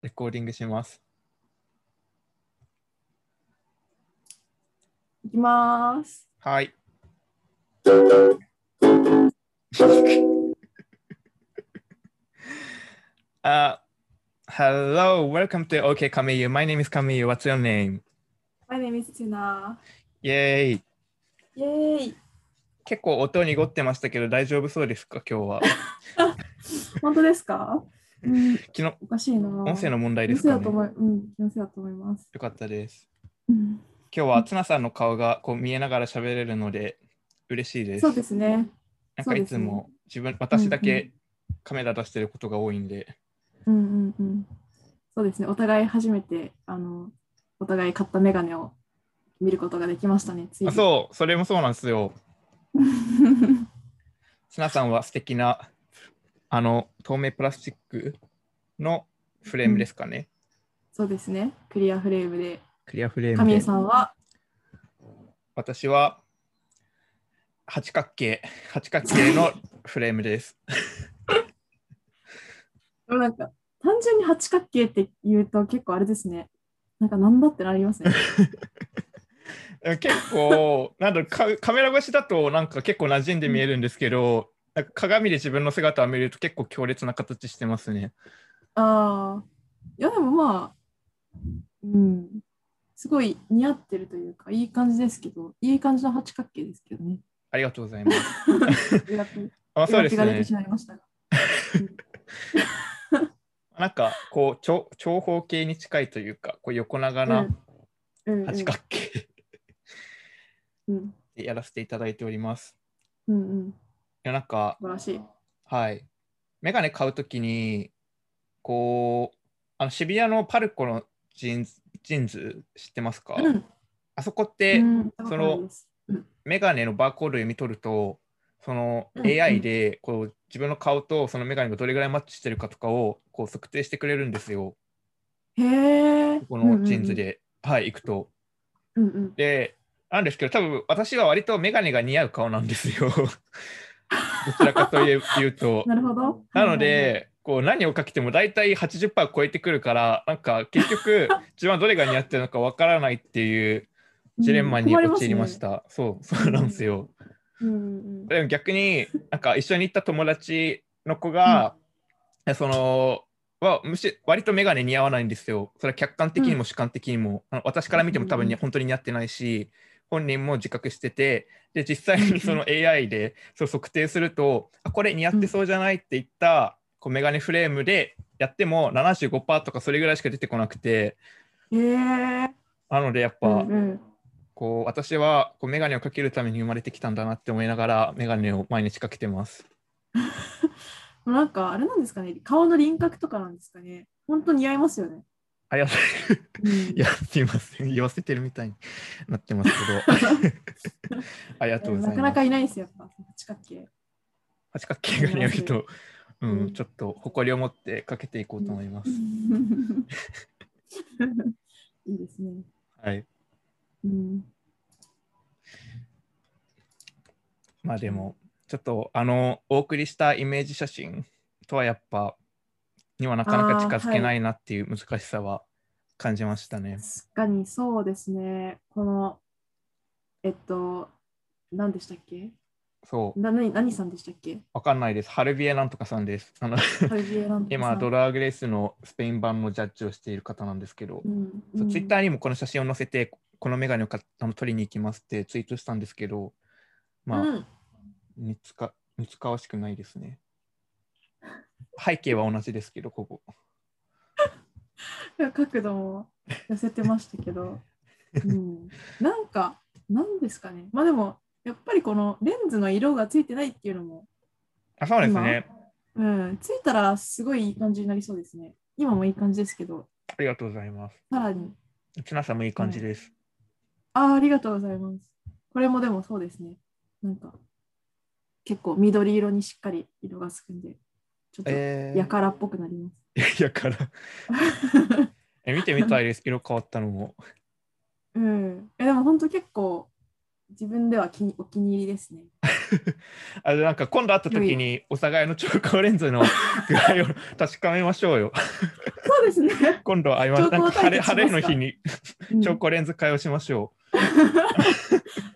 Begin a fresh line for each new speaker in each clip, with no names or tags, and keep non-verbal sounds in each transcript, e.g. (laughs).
レコーディングします。
いきます。
はい。uh, hello, welcome to OK Kamiyu. My name is Kamiyu. What's your name?
My name is Tuna.
イェーイ。
イェーイ。
結構音濁ってましたけど大丈夫そうですか今日は。
本当ですかうん、
昨日、
おかしいな。
音声の問題
気
で
の
す
せい
か、
だ
ね、
と思い、うん、気のせいだと思います。
よかったです。
うん
今日はツナさんの顔がこう見えながら喋れるので嬉しいです。
そうですね。
なんかいつも自分、私だけカメラ出してることが多いんで。
うんうんうん。そうですね。お互い初めて、あの、お互い買ったメガネを見ることができましたね。ついに
あそう、それもそうなんですよ。ツナさんは素敵なあの透明プラスチックのフレームですかね。
(laughs) そうですね。クリアフレームで。
クリアフレーム
神江
で。
さんは、
私は八角形、八角形のフレームです。
でもなんか、単純に八角形って言うと結構あれですね。なんかなんだってなりますね。
結構、なんだろうカカメラ越しだとなんか結構馴染んで見えるんですけど、なんか鏡で自分の姿を見ると結構強烈な形してますね。
ああ、いやでもまあ、うん、すごい似合ってるというか、いい感じですけど、いい感じの八角形ですけどね。
(laughs) ありがとうございます。
予約
あそうです
が出て
ね
し。まいましたが。
なんかこう長長方形に近いというか、こう横長な
うんうん
八角形
うん
でやらせていただいております。
うんうん、
いやなんか、
素晴らしい。
はい。メガネ買うときに、こう、あの渋谷のパルコのジーンズジーンズ知ってますか、
うん
あそこって、
うん
そのメガネのバーコード読み取ると、その
うん
AI でこう自分の顔とそのメガネがどれぐらいマッチしてるかとかをこう測定してくれるんですよ、
へえ。
このジーンズで、はい、行くと。
うんうん。
で、なんですけど、多分私は割とメガネが似合う顔なんですよ。 (laughs) どちらかという言うと。
なるほど。
なの、で、こう何をかけても大体80%超えてくるから、なんか結局、自分はどれが似合ってるのかわからないっていうジレンマに陥りまし
ね。
た。そう、そうなんですよ。
うんうん
でも逆に、なんか一緒に行った友達の子が、その、はむし割と眼鏡似合わないんですよ。それは客観的にも主観的にも、あの私から見ても多分に
うん
本当に似合ってないし、本人も自覚してて、で、実際にその AI でそう測定すると、あ、これ似合ってそうじゃないって言った、こう眼鏡フレームでやっても75%とかそれぐらいしか出てこなくて、
うん。へえ。
なのでやっぱ、
うんうん
こう私はこう眼鏡をかけるために生まれてきたんだなって思いながら、眼鏡を毎日かけてます。
なんかあれなんですかね、顔の輪郭とかなんですかね。本当に似合いますよね。
ありがとう
うん
いや、すいません。言わせてるみたいになってますけど。
(laughs)
ありがとうござい
な
ま
かな
す
か。いないですよ、やっぱ八角
(laughs)
形。
八角形が似合う人、う、
うんん
ちょっと誇りを持ってかけていこうと思います。
いいですね。
はい。
うん、
まあでも、ちょっとあの、お送りしたイメージ写真とはやっぱ、にはなかなか近づけないなっていう難しさは感じましたね。
確かにそうですね。この、えっと、何でしたっけ
そう、
な何何さんでしたっけ
わかんないです。ハルビエなんとかさんです。あの
ハルビエランドさん
今、ドラーグレースのスペイン版のジャッジをしている方なんですけど、
うん
そうツイッタ
ー
ーにもこの写真を載せて、このメガネを買っあの取りに行きますってツイートしたんですけど、まあ、
うん、
似つか似つかわしくないですね。背景は同じですけど、ほぼ。
角度も寄せてました
(laughs)
けど、うん、なんか、何ですかね。まあでも、やっぱりこのレンズの色がついてないっていうのも、
あそうですね。
うん、ついたらすごいいい感じになりそうですね。今もいい感じですけど、
ありがとうございます。
さらに
ツナさんもいい感じです。
あーありがとうございます。これもでもそうですね。なんか結構緑色にしっかり色がつくんで、ちょっと
えー
やからっぽくなります。
(laughs)
(laughs)
やから。え見てみたいです。色変わったのも。
うん。えでも本当結構自分では気にお気に入りですね。
あれなんか今度会った時にお互いの超高レンズの (laughs) 具合を確かめましょうよ。
(laughs) そうですね。
今度会いま
超
す。
高
なんか晴れ
対決しますか
晴れの日に
うん
超高レンズ会をしましょ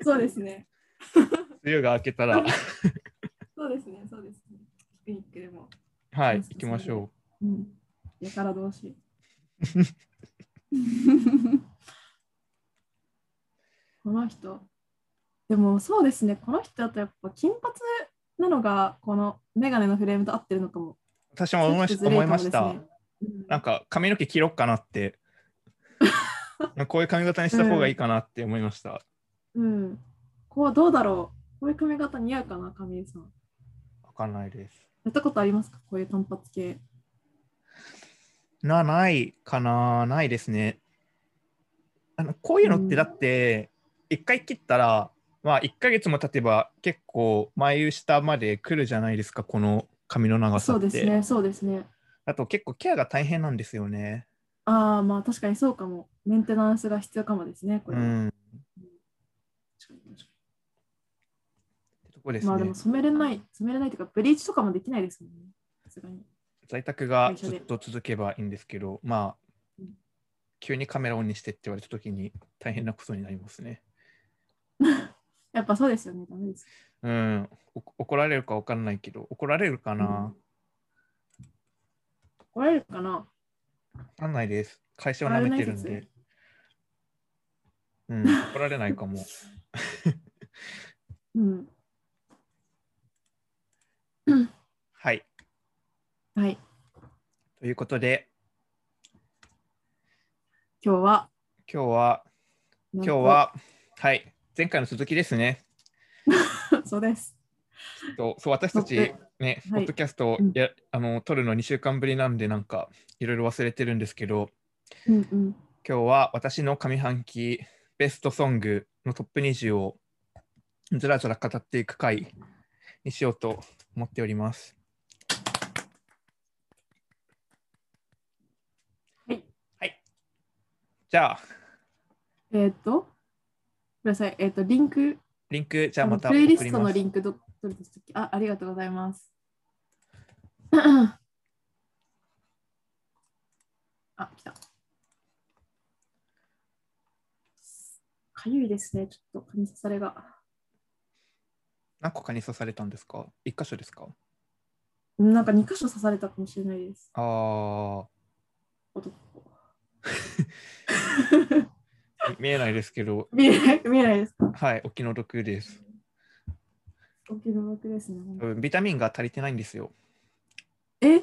そうですね。
う。梅雨が明けたら、
そうですね。そうですね。ピクニックでも。
はい、行きましょ
うん。やから同士。
(laughs)
この人。でもそうですね。この人だとやっぱ金髪なのがこのメガネのフレームと合ってるのかも。
う。私も思いま
ちょ
し
っとずれ
思い
るか
ま
も
し
ですね
た。
うん
なんか髪の毛切ろうかな
(laughs)
って。こういう髪型にした方がいいかなって思いました。
うん。こうどうだろうこういう髪型似合うかな、神井さん。や
わかんないです。
ったことありますかこういう単発系。
な、ないかな、ないですね。あのこういうのっ
うん
てだって、一回切ったら、まあ1ヶ月も経てば結構眉下まで来るじゃないですか、この髪の長さ
そう
っ
です
て。
ね、そうですね。
あと結構ケアが大変なんですよね。
ああ、まあ確かにそうかも。メンテナンスが必要かもですね、こ
う
れは。
ん。っ
確かに確か
てとこで
に
す
まあで
ね
も。染めれない、染めれないというか、ブリーチとかもできないですもんね。さすがに。
在宅が
会社
ず
で
っと続けばいいんですけど、まあ
うん、
急にカメラオンにしてって言われた時に大変なことになりますね。
やっぱそうですよね、ダメです。
うん。お怒られるかわかんないけど、怒られるかな、
怒られるかな
わかんないです。会社を舐めてるんで。うん、怒られない
(laughs)
かも。
うん。
はい。
はい。
ということで、
今日は。
今日は、
今
今日。は、はい、前回の続きですね。
(laughs) そうです。
とそう私たち、ね、ポ
はい
ッドキャストを
うん
や、あの撮るの2週間ぶりなんで、なんか、いろいろ忘れてるんですけど、
うんうん。
今日は私の上半期ベストソングのトップ20をずらずら語っていく回にしようと思っております。
はい。
じゃあ、
えっ、と、ごめんなさい。えっ、と、リンク、
リンク、じゃあ
あの
また
プ
送
レイ
り
リ
ます。
ストのリンクど、どれでしたっけあ、ありがとうございます。 (coughs) あ、来た。かゆいですね。ちょっと、髪刺されが。
何個かに刺されたんですか ?1 箇所ですか
うんなんか2箇所刺されたかもしれない
(laughs)
です。
あー
男。
見えないですけど、
見えない、見えないですか
はい、お気の毒です。
お気の毒ですね。
多分ビタミンが足りてないんですよ。
え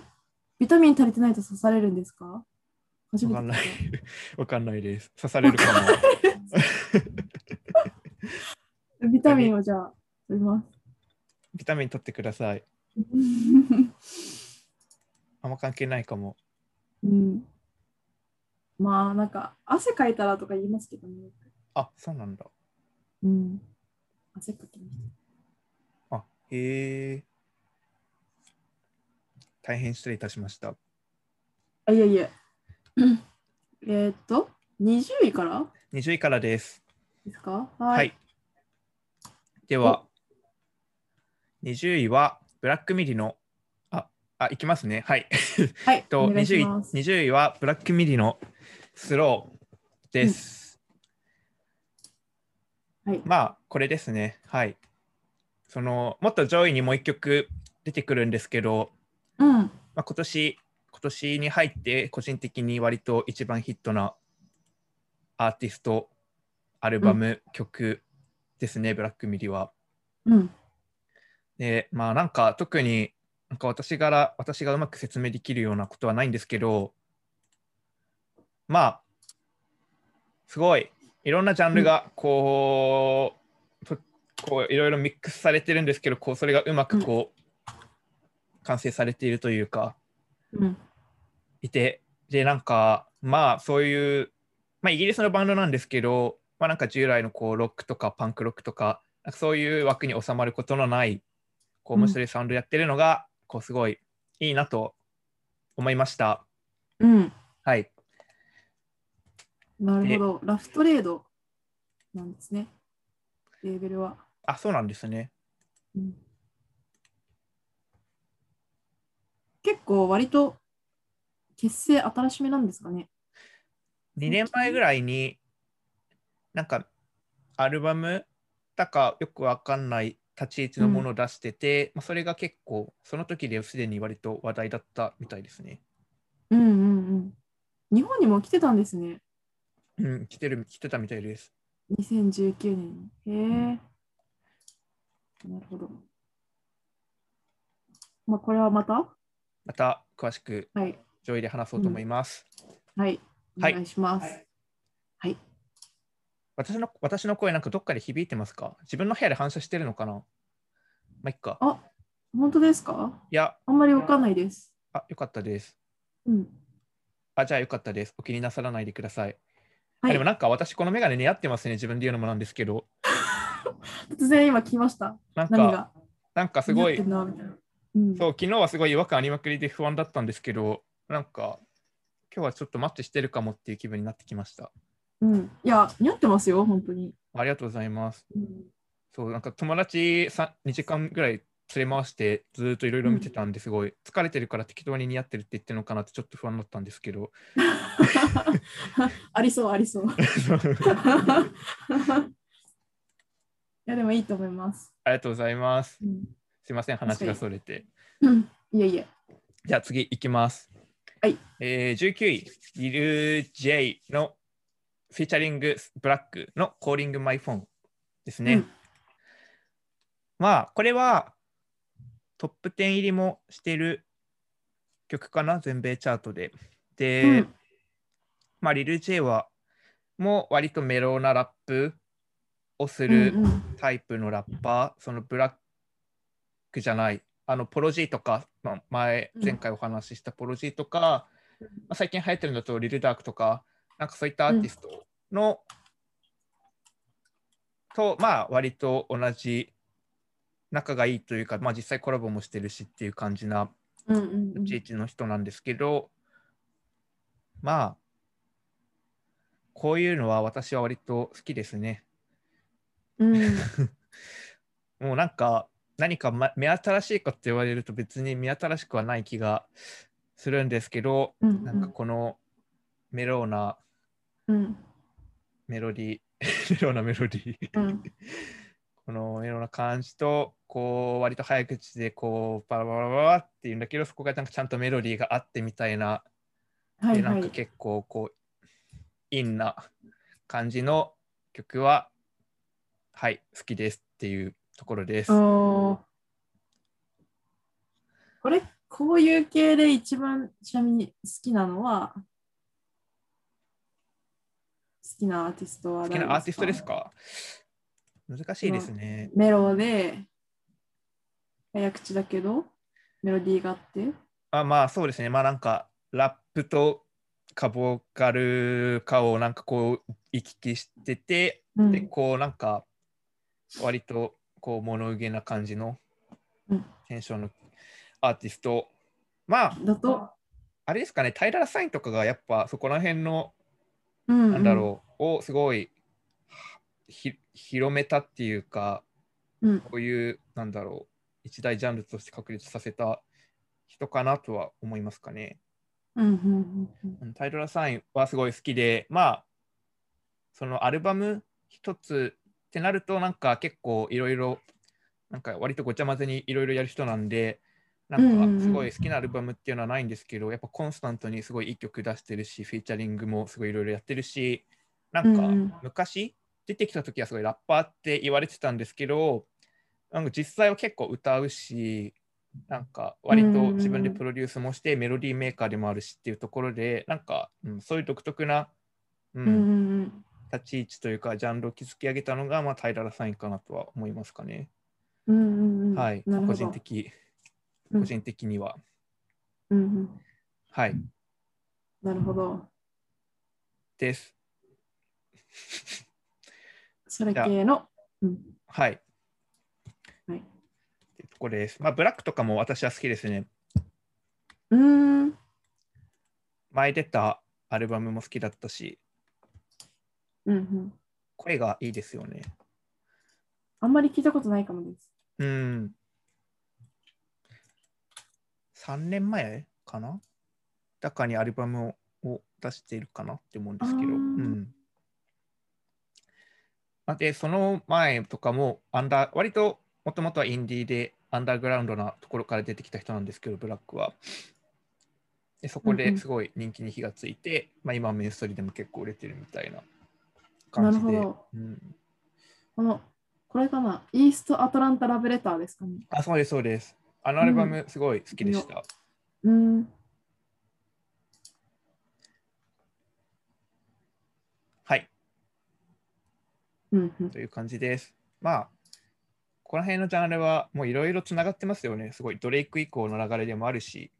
ビタミン足りてないと刺されるんですか初めて
わかん
聞い
ない (laughs)
た。
わかんないです。刺されるかも。
(laughs) ビタミンをじゃあ、取ります。
ビタミン取ってください。あんま関係ないかも。
うん。まあ、なんか、汗かいたらとか言いますけどね。
あ、そうなんだ。
うん。汗かきまし
あ、へえ。大変失礼いたしました。
た。あ、いやいや。えーっと、20位から
20位からです。
ですか
はい。
はい。
では、20位は、ブラックミリの、あ、あ、いきますね。はい。
はい。
えっと
お願いし
20位
ます。
20位はブラックミリのスローです。
はい
まあこれですね。はい。そのもっと上位にもう一曲出てくるんですけど、
うん。
まあ、今年今年に入って個人的に割と一番ヒットなアーティストアルバム、曲ですねブラックミリは。
うん。
でまあなんか特になんか私から私がうまく説明できるようなことはないんですけどまあすごいいろんなジャンルがこう,と、こういろいろミックスされてるんですけどこうそれがうまくこう、完成されているというか
うん。
いてでなんかまあそういう、まあ、イギリスのバンドなんですけど、まあ、なんか従来のこうロックとかパンクロックとかなんかそういう枠に収まることのないこう
うん
面白いサウンドやってるのが、こうすごいいいなと思いました。
うん。
はい、
なるほど。ラフトレードなんですね。レーベルは。
あそうなんですね。
うん結構割と結成新しめなんですかね。
2年前ぐらいになんかアルバムだかよくわかんない立ち位置のものを出してて、まあ、それが結構その時ですでに割と話題だったみたいですね。
うんうんうん。日本にも来てたんですね。
うん、来てる来てたみたいです。
2019年に。へえ。なるほど。まあこれはまた
また詳しく
はい。
上位で話そうと思います。
はい。お
はい
願いします。
はい
はい。
私の私の声なんかどっかで響いてますか自分の部屋で反射してるのかなまあ、いっか。
本当ですか
いや、
あんまりわかんないです。
あ、よかったです。
うん。
あ、じゃあよかったです。お気になさらないでください。あ
はい
でもなんか私このメガネ似合ってますね。自分で言うのもなんですけど。
突然今聞きました。
なん
何
か、
が
なんかすご
似合
い
ってん、なみたいな。うん、
そう、昨日はすごい違和感ありまくりで不安だったんですけど、なんか、今日はちょっとマッチしてるかもっていう気分になってきました。
うん。いや、似合ってますよ、本当に。
ありがとうございます。
うん
そう、なんか友達さ2時間ぐらい連れ回して、ずーっといろいろ見てたんですごい、疲れてるから適当に似合ってるって言ってるのかなってちょっと不安だったんですけど、 (laughs)
ありそう、ありそう。 (laughs) いや、でもいいと思います。
ありがとうございます。
うん
すいません、話がそれて。
うん、いえいえ。
じゃあ次いきます。
はい。
えー、19位、リル・ジェイのフィーチャリング・ブラックの Calling My Phone ですね。
うん
まあ、これはトップ10入りもしてる曲かな、全米チャートで。で、
うん
まあ、リル・ジェイはもう割とメロなラップをす
うん
る、
うん
タイプのラッパー、そのブラックじゃない、あのポロジーとか、まあ、前、
うん
前回お話ししたポロジーとか、
うん
まあ、最近流行ってるのだと、リルダークとか、なんかそういったアーティストの、と、まあ、割と同じ、仲がいいというか、まあ、実際コラボもしてるしっていう感じな
うんうんうん
立ち位置の人なんですけど、まあ、こういうのは私は割と好きですね。
うん
もうなんか何かま目新しいかって言われると別に目新しくはない気がするんですけど、
う
なんかこのメローな
うん
メロディー、メ (laughs) ローなメロディー、
うん
このメローな感じと、こう割と早口でこうバラバラバラっていうんだけど、そこがなんかちゃんとメロディーがあってみたいな、
はい
でな
は
んか
い。
結構こう、インな感じの曲は、はい、好きですっていうところです。
おーこれ、こういう系で一番ちなみに好きなのは好きなアーティストは
好
誰
き
か
なアーティストですか難しいですね。
メロで早口だけどメロディーがあって。
あまあそうですね。まあなんかラップとかボーカルかをなんかこう行き来してて、
うん
でこうなんか割とこう物憂げな感じの
うん
テンションのアーティスト。まあ
だと、
あれですかね、タイララ・サインとかがやっぱそこら辺の
うん
なんだろう、をすごいひ広めたっていうか、
う。うん、
こういう、なんだろう、一大ジャンルとして確立させた人かなとは思いますかね。
うん、うん、うん
うんタイトラサインはすごい好きで、まあ、そのアルバム一つってなると、なんか結構いろいろ、なんか割とごちゃ混ぜにいろいろやる人なんで、な
うんうんうん
んかすごい好きなアルバムっていうのはないんですけど、やっぱコンスタントにすごいいい曲出してるし、フィーチャリングもすごいいろいろやってるし、なん
うんうん
か昔出てきた時はすごいラッパーって言われてたんですけど、なんか実際は結構歌うし、なんか割と自分でプロデュースもしてメロディーメーカーでもあるしっていうところでなんか、うん、そういう独特な、う
うん、うん
ん、
うん
立ち位置というかジャンルを築き上げたのが、まあ、タイララサインかなとは思いますかね。
うん、うんうん。
はい、
なる
個
ほ
人
ど。
的
うん
個人的には、
うん、うん。
はい
なるほど。
です。
それ系の。うん。
はい。
はい
ってとこです。まあブラックとかも私は好きですね。
うーん。
前出たアルバムも好きだったし
うんうん。
声がいいですよね。
あんまり聞いたことないかもです。
うん。3年前かなだかにアルバムをを出しているかなって思うんですけど。
あー
うんまあで、その前とかも、アンダー割ともともとはインディーでアンダーグラウンドなところから出てきた人なんですけど、ブラックは。でそこ
うんう
で
ん
すごい人気に火がついて、まあ、今はメインストリーでも結構売れてるみたいな感じで。
なるほど
うん、
この、これかな、イーストアトランタラブレターですかね。
あ、そうです、そうです。あのアルバム、すごい好きでした。
うん。
はい、
うんうん
という感じです。まあ、この辺のジャンルはもういろいろつながってますよね。すごいドレイク以降の流れでもあるし、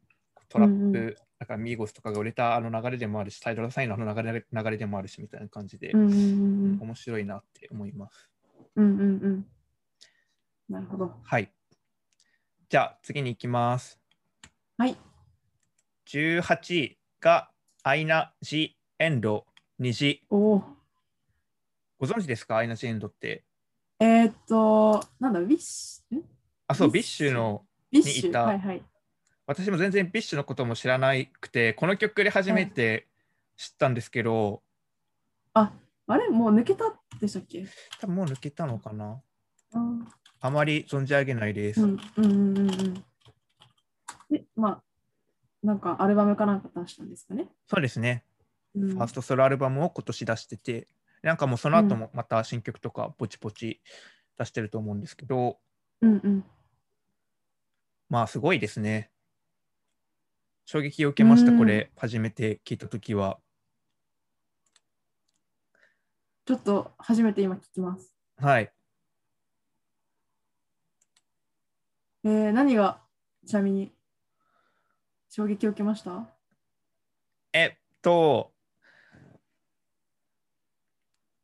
トラップ、
うん
だからミーゴスとかが売れたあの流れでもあるし、タイドラサインのあの流れ流れでもあるしみたいな感じで、
うんうん
面白いなって思います。
うんうんうんうん。なるほど。
はい。じゃあ次に行きます。
はい。
18位がアイナ・ジ・エンド、虹。
おお。
ご存知ですかアイナ・ジ・エンドって。
えー、っと、なんだ、ウィッシュん
あ、そう、ビ
ビ
ッ
ッ
シ
シュ
ュの
ビッシ
にい
ュ。
た
はいはい。
私も全然ビッシュのことも知らなくてこの曲で初めて知ったんですけど、
あれもう抜けたでしたっけ
多分もう抜けたのかな
あー
あまり存じ上げないです、
うんうんうんうんうん。で、まあ、なんかアルバムかなんか出したんですかね。
そうですね、
うん、
ファーストソロアルバムを今年出しててなんかもうその後もまた新曲とかぼちぼち出してると思うんですけど、
うんうん。
まあすごいですね衝撃を受けました、
うん
これ初めて聞いた時は
ちょっと初めて今聞きます。
はい
えー、何がちなみに衝撃を受けました
えっと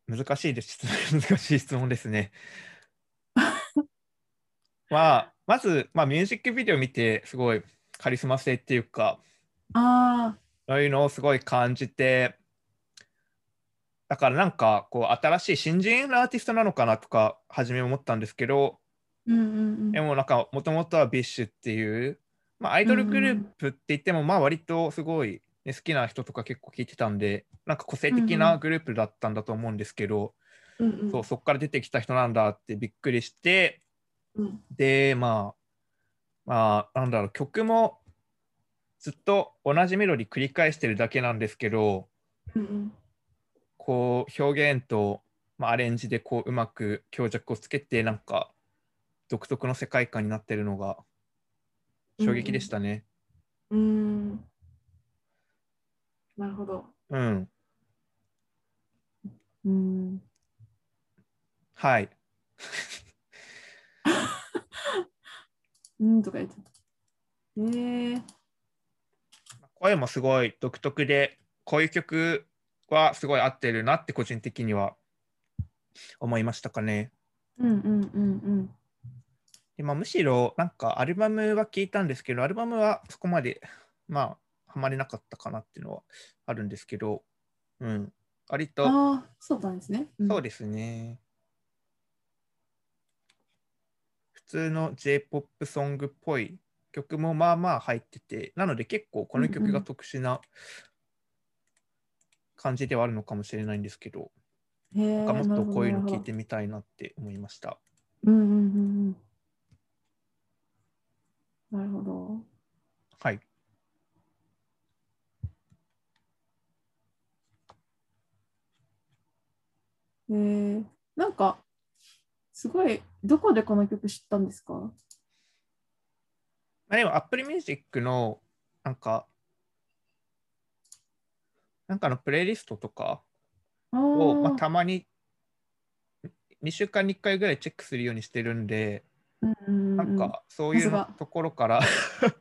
難しいです (laughs) 質問難しい質問ですね。まあまず、まあ、ミュージックビデオ見てすごいカリスマ性っていうか
ああ、
そういうのをすごい感じてだからなんかこう新しい新人のアーティストなのかなとか初め思ったんですけど
うんうんうん。
でもなんかもともとはビッシュっていう、まあ、アイドルグループって言ってもまあ割とすごい、ね、好きな人とか結構聞いてたんでなんか個性的なグループだったんだと思うんですけど、
うんうん、
そうそこから出てきた人なんだってびっくりして
うん
でまあまあなんだろう曲もずっと同じメロディ繰り返してるだけなんですけど
うんうん
こう表現と、まあ、アレンジでこううまく強弱をつけてなんか独特の世界観になってるのが衝撃でしたね。
うーん。なるほど。
うん、
うーん。
はい。
うんとか言ってた。えー、
声もすごい独特でこういう曲はすごい合ってるなって個人的には思いましたかね。
うんうんうん
でまあ、むしろなんかアルバムは聞いたんですけどアルバムはそこまでまあハマれなかったかなっていうのはあるんですけど、うん、割
うん。
と
ああ、そうなんですね。ん
そうですね。普通の J-POP ソングっぽい曲もまあまあ入ってて、なので結構この
うん
曲
うん
が特殊な感じではあるのかもしれないんですけど、
へー
なんかもっとこういうの聞い。
なるほどなる
てみたいなって思いました。
ほどうんうんうんうん。なるほど。
はい。
えー、なんか、すごい、どこでこの曲知ったんですか
まあ、でも Apple Music のなんか、なんかのプレイリストとか
あ
を、まあ、
ー
たまに2週間に1回ぐらいチェックするようにしてるんで、
うん
なんかそういう
さすが
ところから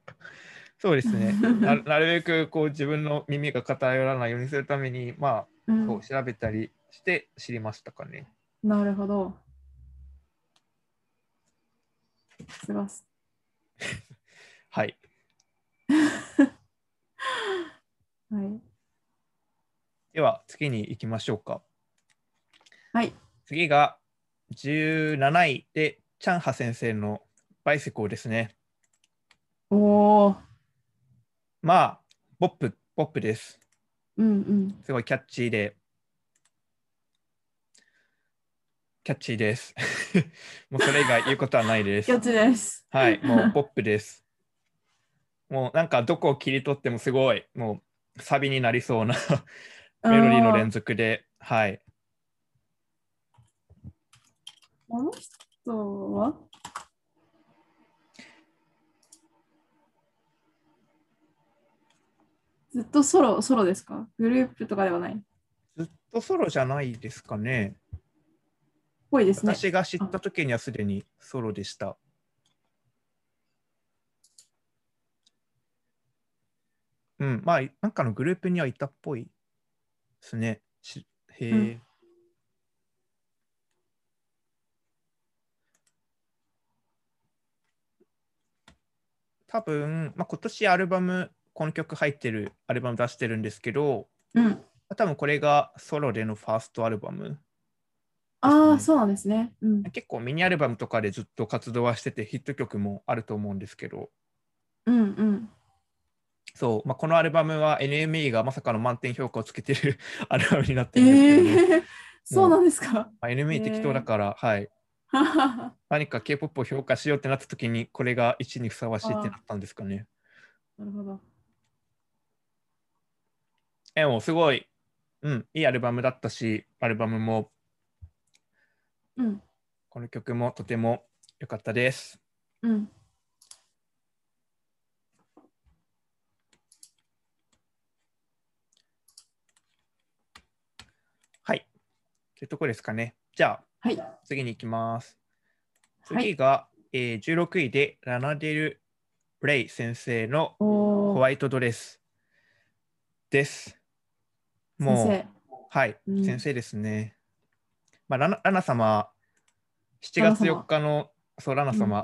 (laughs) そうです
(laughs)
ねななるべくこう自分の耳が偏らないようにするためにま
うんう
あ
んう
そ
ん
う調べたりして知りましたかね。
なるほど。さすがっす
はい。
はい。
では次に行きましょうか。
はい。
次が17位でチャンハ先生のバイセコーですね。
おお。
まあ、ボップ、ボップです。
うんうん。
すごいキャッチーで。キャッチーです。 (laughs) もうそれ以外言うことはないです
キャ。ッチです。
はい、もうポップです。もうなんかどこを切り取ってもすごい、もうサビになりそうな (laughs) メロディーの連続で、はい。
あーこの人はずっとソロ、ソロですかグループとかではない。っ
ずっとソロじゃないですかね。
ぽいですね。
私が知った時にはすでにソロでした。うん、まあ、なんかのグループにはいたっぽいですね。しへえ、
うん
多分、まあ、今年アルバム、この曲入ってるアルバム出してるんですけど、
うん。
多分これがソロでのファーストアルバム。
ああ、そうなんですね。うん。
結構ミニアルバムとかでずっと活動はしててヒット曲もあると思うんですけど
うんうん。
そう、まあ、このアルバムは NME がまさかの満点評価をつけてる (laughs) アルバムになって
え
るんですけど、 (laughs)
えー、そうなんですか。
まあ NME 適当だから、はい、
(laughs)
何か K-POP を評価しようってなった時にこれが1にふさわしいってなったんですかね。
なるほど。
えもうすごい、うん、いいアルバムだったしアルバムも
うん
この曲もとても良かったです。
うん。
はいというところですかね。じゃあ
はい。
次に行きます。
は
次
い。
が、えー16位でラナデル・レイ先生の
お
ホ
お。
ワイトドレスです。
先
もう、
生。
はい、
うん
先生ですね。まあ、ラナラナ様、7
ラナ
月
様
4日の、そう、ラナ様、 (laughs)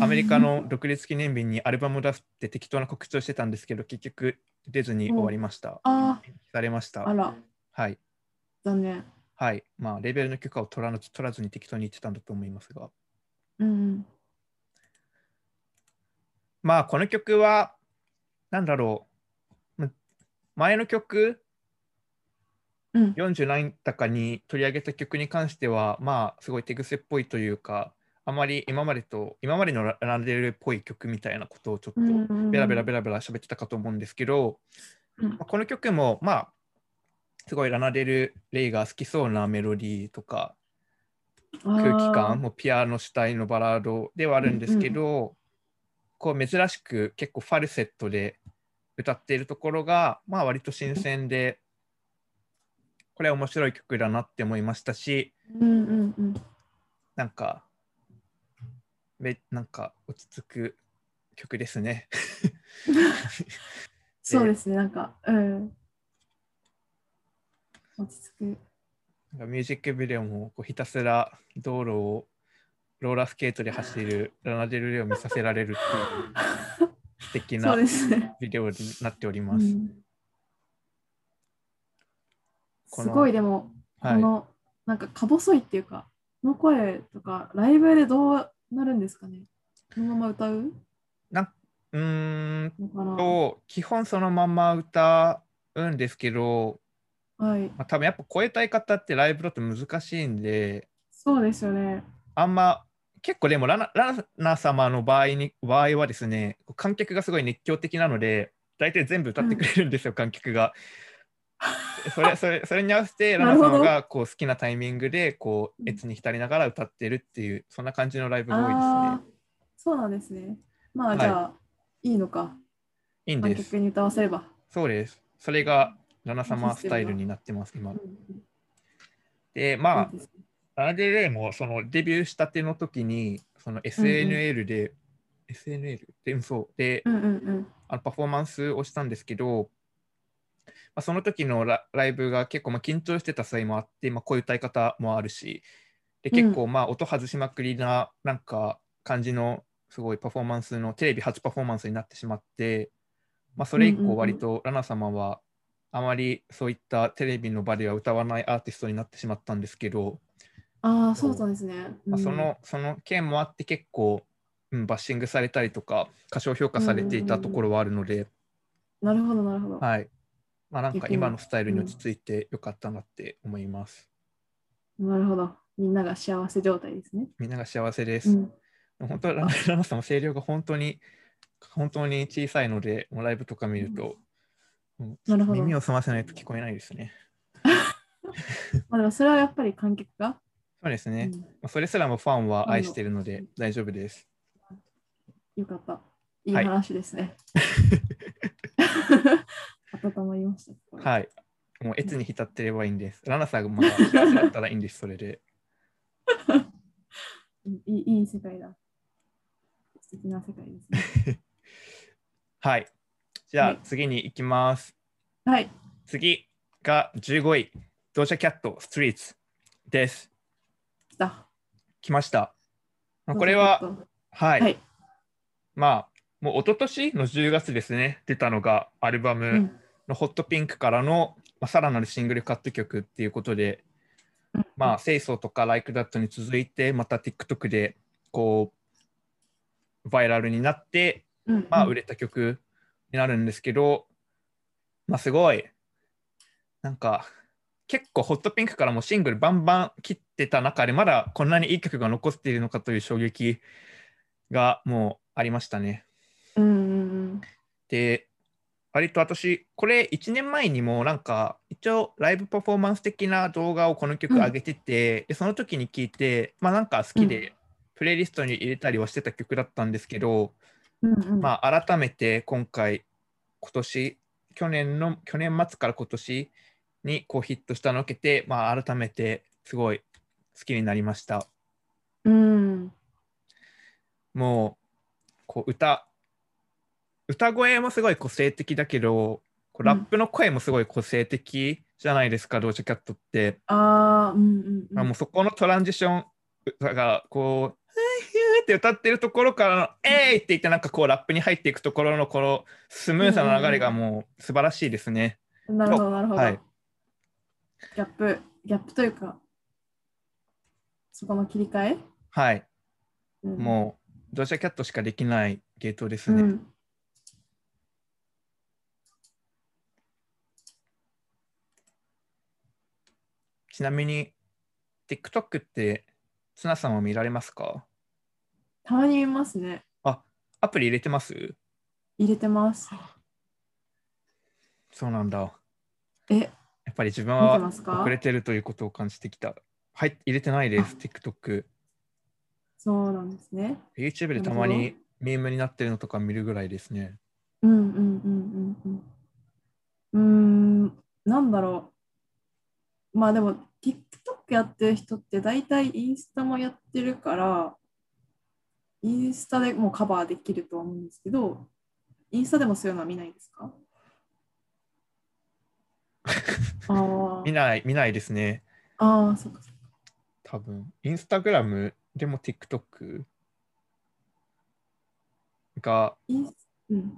アメリカ。の独立記念日にアルバムを出すって適当な告知をしてたんですけど、結局出ずに終わりました。
あ
延期されまし
あ、あ
た。
ら、
はい。
残念。
はい。まあ、レベルの許可を取らな取らずに適当に言ってたんだと思いますが。
うん。
まあこの曲はなんだろうま前の曲
うん。
40何だかに取り上げた曲に関してはまあすごい手癖っぽいというかあまり今までと今までのラランデルっぽい曲みたいなことをちょっとベラベラベ
ラ。
ラベラ喋ってたかと思うんですけど、
うん
まあこの曲もまあすごいラナデル・レイが好きそうなメロディーとか空気感もうピアノ主体のバラードではあるんですけど、こう珍しく結構ファルセットで歌っているところがまあ割と新鮮でこれは面白い曲だなって思いましたし
うんうんうん。
なんかめなんか落ち着く曲ですね。
そうですね、なんか、うん。落ち着く。
なんかミュージックビデオもこうひたすら道路をローラースケートで走るラナデルレイを見させられる (laughs) っていう素敵
そ
な
うですね。
ビデオになっており
う
ます。
ん
こ
す
の
ごい、でも、こ
はい
の、なんか、か細いっていうか、この声とか、ライブでどうなるんですかね。このまま歌う
うーん
のかな。
と、基本そのまま歌うんですけど、
はい。
まあ、多分やっぱ声えい方ってライブだと難しいんで、
そうですよね。
あんま、結構でもラナラナ様の場合に場合はですね、観客がすごい熱狂的なので、大体全部歌ってくれるんですよ、観客が。それそれそれに合わせてラ
(laughs) な
ナ
るほど
様がこう好きなタイミングでこう
うん
越に浸りながら歌ってるっていうそんな感じのライブが多い
ああ
ですね。
ー、そうなんですね。ま
は
あ、
い
じゃあ、いいのか。
いいん
観
です。
客に歌わせれば。
そうです。それがラナ様スタイルになってます
う
今
ん。うん
でまあ
いいですね
ラナデルレイもそのデビューしたての時にその SNL で、SNL でうんそうで、
うんうんうん。
あのパフォーマンスをしたんですけど、まあ、その時のラライブが結構まあ緊張してた際もあって、まあ、こういう歌い方もあるしで
うん
結構まあ音外しまくりななんか感じのすごいパフォーマンスのテレビ初パフォーマンスになってしまって、まあ、それ以
うんうんう
降
ん
割とラナ様はあまりそういったテレビの場では歌わないアーティストになってしまったんですけど、
ああ、そうだったんですね。
まあ、
うん
そのその件もあって結構、うん、バッシングされたりとか過小評価されていたところはあるので、
なるほど、なるほど。
はいまあ、なんか
逆に
今のスタイルに落ち着いてよかったなって思います。
なるほど。みんなが幸せ状態ですね。
みんなが幸せで
う
す。
ん、
本当ララナさんも声量が本当に本当に小さいのでもうライブとか見ると、うん
なるほど
耳を澄ませないと聞こえないですね。
まあでもそれはやっぱり観客が。
そうですね、
うん
まあそれすらもファンは愛しているので大丈夫です。
よかった。いい
はい
話で
(laughs)
すね。温まりました。い。
はい。もう越に浸ってればいいんです。ラナさんがまあ幸せだったらいいんです、それで。
いいいい世界だ。素敵な世界ですね。
はい。じゃ
は
あ
い
次に行きます。
はい。
次が15位、ドーシャキャット、ストリートです。
来た。
来ました。まあこれは、はい、
はい
まあ、もう一昨年の10月ですね、出たのがアルバ
う
ム
ん。
のホットピンクからの、まあ、さらなるシングルカット曲っていうことで、まあ、清掃とか Like That に続いて、また TikTok でこう、バイラルになって、
うん、
まあ、売れた曲になるんですけど、まあ、すごい、なんか、結構、ホットピンクからもシングルバンバン切ってた中で、まだこんなにいい曲が残っているのかという衝撃がもうありましたね。
うんうん
で、割と私、これ1年前にも、なんか、一応、ライブパフォーマンス的な動画をこの曲上げてて、でその時に聞いて、まあ、なんか好きで、プレイリストに入れたりはしてた曲だったんですけど、
うんうんうん。あ、
まあ、改めて今回、今年、去年の、去年末から今年にこうヒットしたのを受けて、まあ、改めてすごい好きになりました。
うん。
もう、こう歌、歌声もすごい個性的だけど、こう
うん
ラップの声もすごい個性的じゃないですか、ドーチャキャットって。
ああ、うんうんうん。
まあもうそこのトランジションだからこう「ヒュー」って歌ってるところからの「えい!」って言ってなんかこうラップに入っていくところのこのスムーズな流れがもう素晴らしいですね。
なるほど、なるほど。
はい
ギャップ、ギャップというか、そこの切り替え、
はい、
うん
もうドーシャキャットしかできないゲートです
う
ね。
ん、
ちなみに TikTok ってツナさんは見られますか
たまに見ますね。
アプリ入れてます
入れてます。
そうなんだ。
え、
やっぱり自分
見て
は
ますか
遅れてるということを感じてきた。はい、入れてないです、TikTok。
そうなんですね。
YouTube でたまにメームになってるのとか見るぐらいですね。
うんうんうんうんうん。うーん、なんだろう。まあでも、TikTok やってる人って大体インスタもやってるから、インスタでもうカバーできるとは思うんですけど、インスタでもそういうのは見ないですかあ
見ない、見ないですね。
あ、ああ、そうか。
多分。インスタグラムでも TikTok が、
インスうん、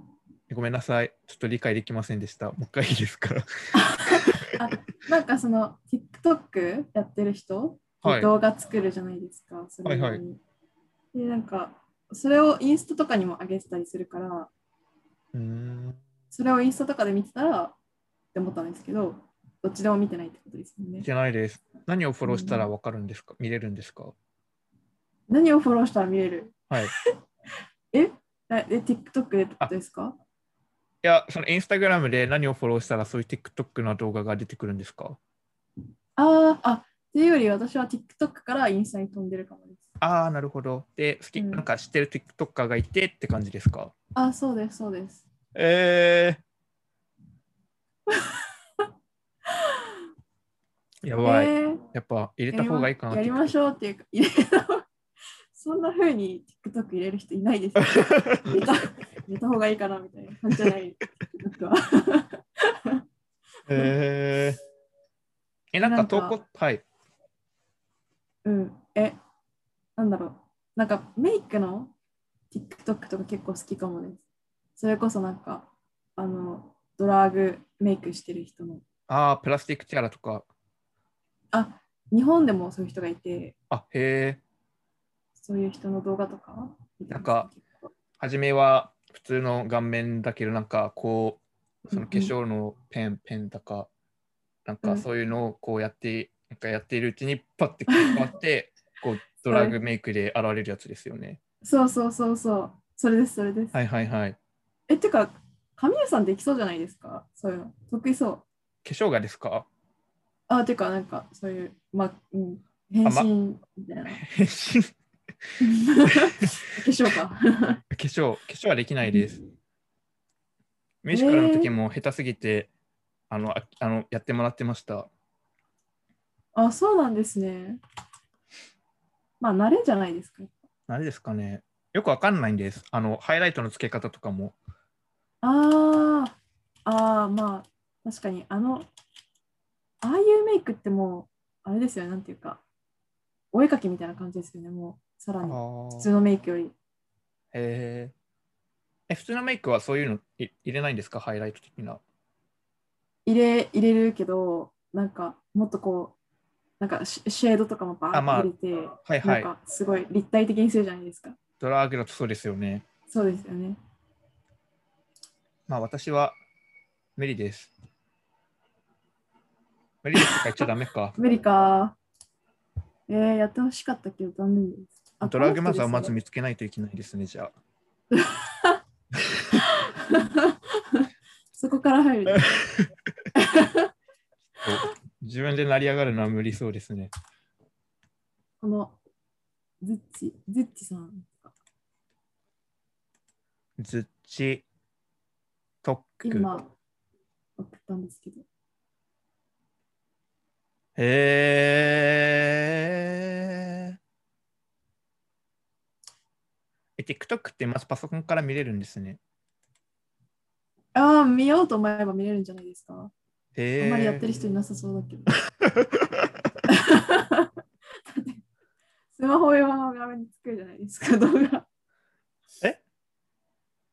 ごめんなさい。ちょっと理解できませんでした。もう一回いいですか
なんかその TikTok やってる人、
はい
動画作るじゃないですか。それ用に
はい
で、なんかそれをインスタとかにも上げてたりするから、
うーん。
それをインスタとかで見てたらって思ったんですけど、どっちでも見てないってことですよね
見。てないです。何をフォローしたらわかるんですか見れるんですか
何をフォローしたら見れる
はい。い
え、で TikTok でってことですか
や、そのインスタグラムで何をフォローしたらそういう TikTok の動画が出てくるんですか
ああ、あ、っていうより私は TikTok からインスタに飛んでるかもです。
ああ、なるほど。で、好き、
うん
なんか知ってる TikToker がいてって感じですか
あ、そうです、そうです。
え (laughs) ー、やばい、
えー
やっぱ入れた
やり
方
ま
がいいかな
やりましょうっていうか、入れた方そんな風に TikTok 入れる人いないですよ。
(laughs)
入れた入れた方がいいかなみたいな感じじゃない、TikTok は。
えー、え、なん
な
か
んか
投稿、はい。
うん。え、なんだろう。なんかメイクの TikTok とか結構好きかもです。それこそなんか、あの、ドラァグメイクしてる人の。
ああ、プラスティックチャラとか。
あ、日本でもそういう人がいて、
あへえ
そういう人の動画とか見てま
なん
す
か、
結構
初めは普通の顔面だけどなんかこうその化粧のペン、ペンとかなんかそういうのをこうやってなんかやっているうちにパッて変わって
(laughs)
こうドラッグメイクで現れるやつですよね。
そうそうそうそう、それです、それです。
はいはいはい。化
え、てか、神谷さんできそうじゃないですかそういうの。得意そう。
粧がですか
あ、てか、なんか、そういう、ま、うん、変
あま
身みたいな。 (laughs) 化
変身化
粧か。
粧化粧はでき (laughs) ないです。ミュージカルの時も下手すぎて、あのああのやってもらってました。
あ、そうなんですね。まあ、慣れじゃないですか。
何ですかねよくわかんないんです。あのハイライトの付け方とかも。
あーあー、まあ、確かに、あの、ああいうメイクってもう、あれですよね、なんていうか、お絵かきみたいな感じですよね、もう、さらに、普通のメイクより。
へーえ、普通のメイクはそういうのい入れないんですかハイライト的な。
入れ入れるけど、なんかもっとこう、なんかシシェードとかもバー
あまあ
ッて入れて、
はいはい。
なんかすごい立体的にするじゃないですか。
ドラッグだとそうですよね。
そうですよね。。
まあ私は無理です。無理ですとか言っちゃダメか
メリカー、えー、やってほしかったけど残念です。 (laughs) あ
ドラッグマザーをまず
この
見つけないといけないですね、じゃあ。
人ですよねそこから入る。
(laughs) 自分で成り上がるのは無理そうですね。
この、ズッチ、ズッチさん。
ズッチ、トック。
今、送ったんですけど。
へーえ。TikTok ってまずパソコンから見れるんですね。
ああ、見ようと思えば見れるんじゃないですか。
へ
あ
ー
んまりやってる人いなさそうだけど。
(laughs)
スマホ用の画面に作るじゃないですか、動画。
え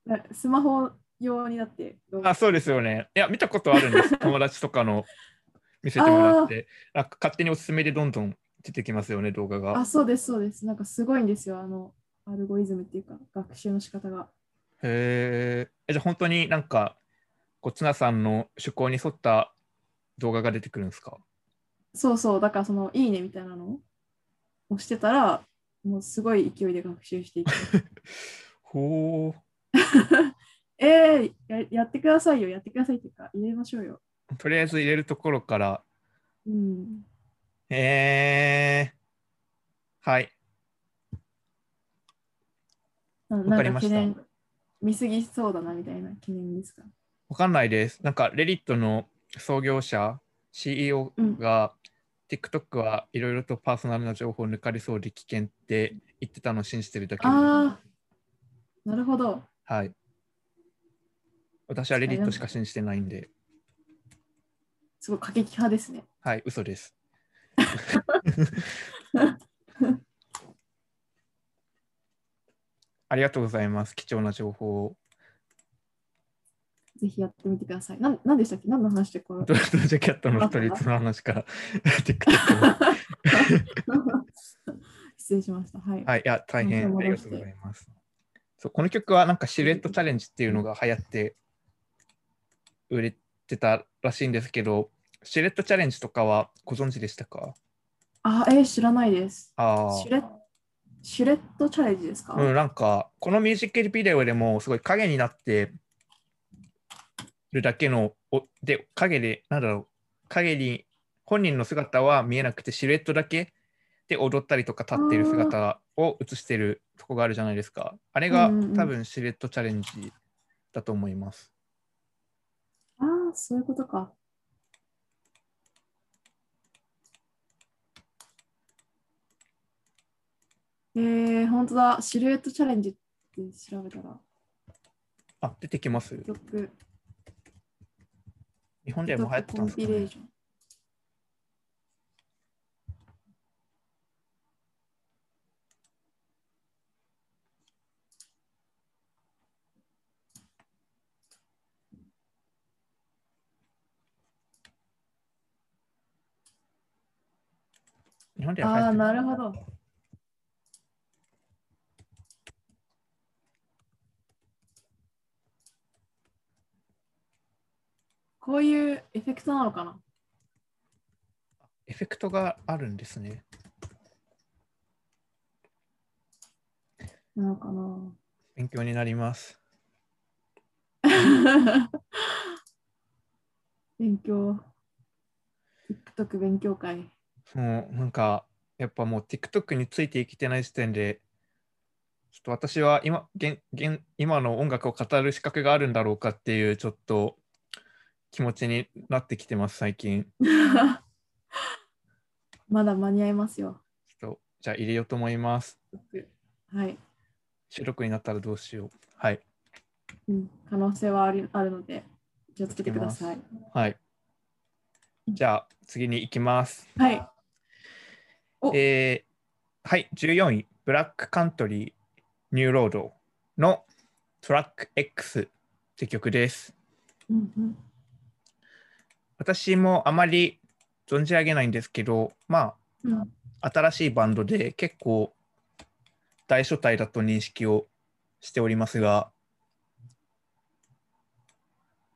なスマホ用になって動画
あ、そうですよね。いや、見たことあるん
(laughs)
です。友達とかの見せてもらって。なんか勝手におすすめでどんどん出てきますよね、動画
あ
が。
そうです、そうです。なんかすごいんですよ、あの、アルゴリズムっていうか、学習の仕方が。
へーえ。じゃあ本当になんか、こうツナさんの趣向に沿った動画が出てくるんですか
そうそう、だからその、いいねみたいなのをしてたら、もうすごい勢いで学習していく。 (laughs)
ほー。
えーや、やってくださいよ、やってくださいっていうか、入れましょうよ。
とりあえず入れるところから
うん。
えー、はい。
な
わかり
なん
ま
か
し
懸
た
念見すぎそうだなみたいな懸念ですか。
わかんないです。なんか、レディットの創業者、CEO
うん
が、TikTok はいろいろとパーソナルな情報を抜かれそうで危険って言ってたのを信じてるだけです
ああ、なるほど。
はい。私はレディットしか信じてないんで、
すごい過激派ですね。
はい、嘘です。 (laughs) ありがとうございます。貴重な情報を。
ぜひやってみてください。なんなんでしたっけ何の話
(laughs)
でこれ
ドラドラジャキャットのストリートの話から、TikTok の
(laughs) 失礼しました。はい。
はい、いや、大変ありがとうございます。そうこの曲はなんかシルエットチャレンジっていうのが流行って売れてたらしいんですけど、シルエットチャレンジとかはご存知でしたか
あーえー、知らないです。
あ
シュレッシュレットチャレンジですか、
あ、うん、なんかこのミュージックビデオでもすごい影になってるだけの、おで、影で、なんだろう、影に本人の姿は見えなくてシルエットだけで踊ったりとか立ってる姿を映してるとこがあるじゃないですか。あれが
うんうんうん
多分シルエットチャレンジだと思います。
ああ、そういうことか。えー、本当だ。シルエットチャレンジって調べたら、
あ、出てきます。
よく
日本でも流行ってたんですか、
コンピレー
ね、
ション
日本では流行っ
ああ、
てる
なるほど。こういうエフェクトなのかな
エフェクトがあるんですね。
なのか (laughs) な
勉強になります。
勉強。TikTok 勉強 (laughs) 会。
もうなんかやっぱもう TikTok についていけてない時点でちょっと私は今現現今の音楽を語る資格があるんだろうかっていうちょっと気持ちになってきてます最近。
まだ間に合いますよ。
ちょっとじゃあ入れようと思います。
はい。
収録になったらどうしよう。はい。
うん、可能性はありあるので、気をつけてください。
はい。じゃあ次に行きます。
はい。お
えーはい、14位、ブラックカントリーニューロードのトラック X って曲です。
うんうん
私もあまり存じ上げないんですけど、ま
うん
あ、新しいバンドで結構大所帯だと認識をしておりますが、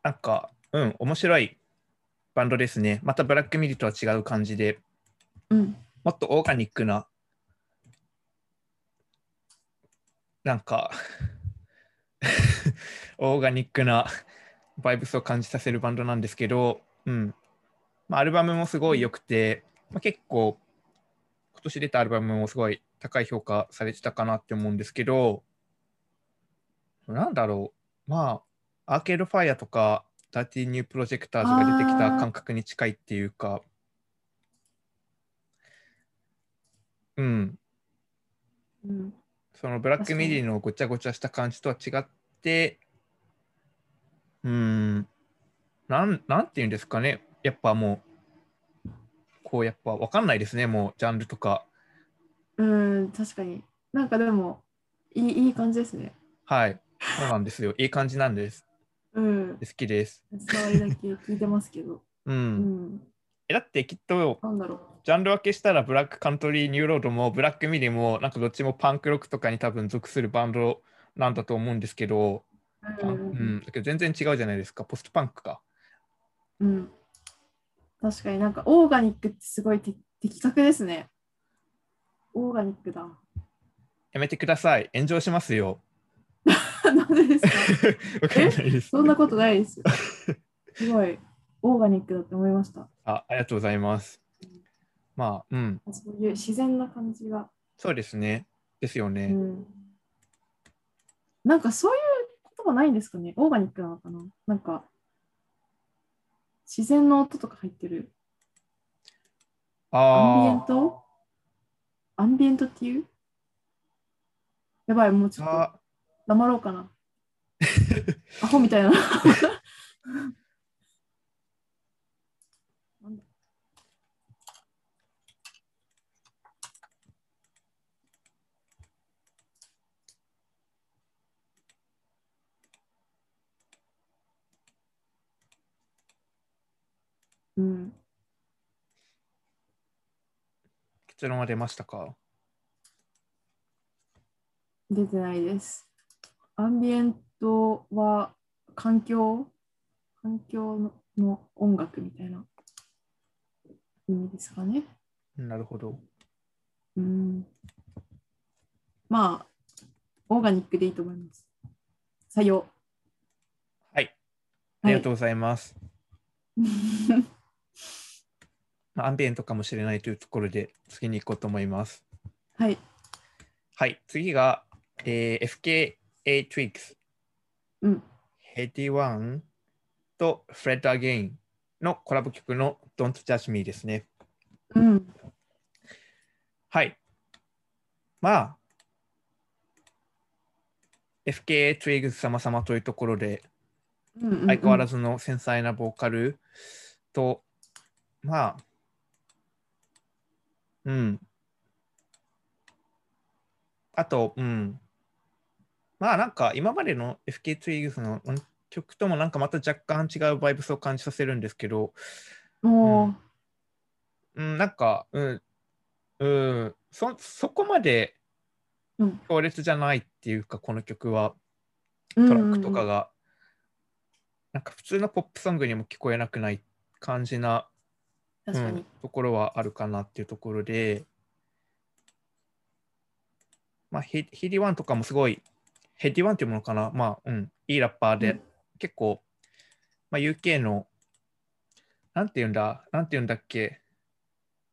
なんか、うん、面白いバンドですね。またブラックミリとは違う感じで、
うん
もっとオーガニックな、なんか (laughs) オーガニックなバイブスを感じさせるバンドなんですけど、うんまあ、アルバムもすごい良くて、まあ、結構今年出たアルバムもすごい高い評価されてたかなって思うんですけど、なんだろう、まあ、アーケードファイアとか、ダーティーニュープロジェクターズが出てきた感覚に近いっていうか、うん、
うん
そのブラックミディのごちゃごちゃした感じとは違って、うーん、なん、なんていうんですかね、やっぱもう、こうやっぱ分かんないですね、もうジャンルとか。
うん、確かに。なんかでも、いいいい感じですね。
はい、そうなんですよ、いい感じなんです。
うん
好。きです。
触りだけ聞いてますけど。
う。
うんん。
えだってきっと、
なんだろう。
ジャンル分けしたら、ブラックカントリーニューロードも、ブラックミディも、なんかどっちもパンクロックとかに多分属するバンドなんだと思うんですけど、
う
パンうんん、だけど全然違うじゃないですか、ポストパンクか。
うん。確かになんかオーガニックってすごいて的確ですね。オーガニックだ。
やめてください。炎上しますよ。
なんでですか
(laughs) わかんないです。
そんなことないですよ。すごい、オーガニックだって思いました。
あありがとうございます。まあ、うん、
そういう自然な感じが。
そうですね。ですよね。
うん、なんかそういう言葉ないんですかねオーガニックなのかななんか、自然の音とか入ってる。アンビエン
あ
トアンビエントっていうやばい、もうち
ー
ょっと
あ、
黙ろうかな。アホみたいな。なんだうん、
結論は出ましたか。
出てないです。アンビエントは環境環境のの音楽みたいな意味ですかね。
なるほど。
うん。まあ、オーガニックでいいと思います。採用。
はい、ありがと
う。
うございます。まあ、アンビエントかもしれないというところで、次に行こうと思います。
(laughs) はい。
はい、次が、えー、FKA Twigs、
うん。
ヘディワンとフレッド・アゲインのコラボ曲の Don't Judge Me ですね。
うん。
はい。まあ、FKA トゥイグズ様様というところで、
うんうんうん
相変わらずの繊細なボーカルと、まあ、うん。あと、うん。まあなんか今までの FK トゥイグスのうん曲ともなんかまた若干違うバイブスを感じさせるんですけど、
もう、
うん、なんか、うん、うん、そそこまで
うん
強烈じゃないっていうか、この曲は
ト
トラックとかが、なんか普通のポップソングにも聞こえなくない感じな、
確か
う
に
ん、ところはあるかなっていうところで、まあ、ヒヒディワンとかもすごい、ヘディワンっていうものかな、まあ、うん、いいラッパーで、
うん
結構、まあ、UK の、なんて言うんだ、なんて言うんだっけ、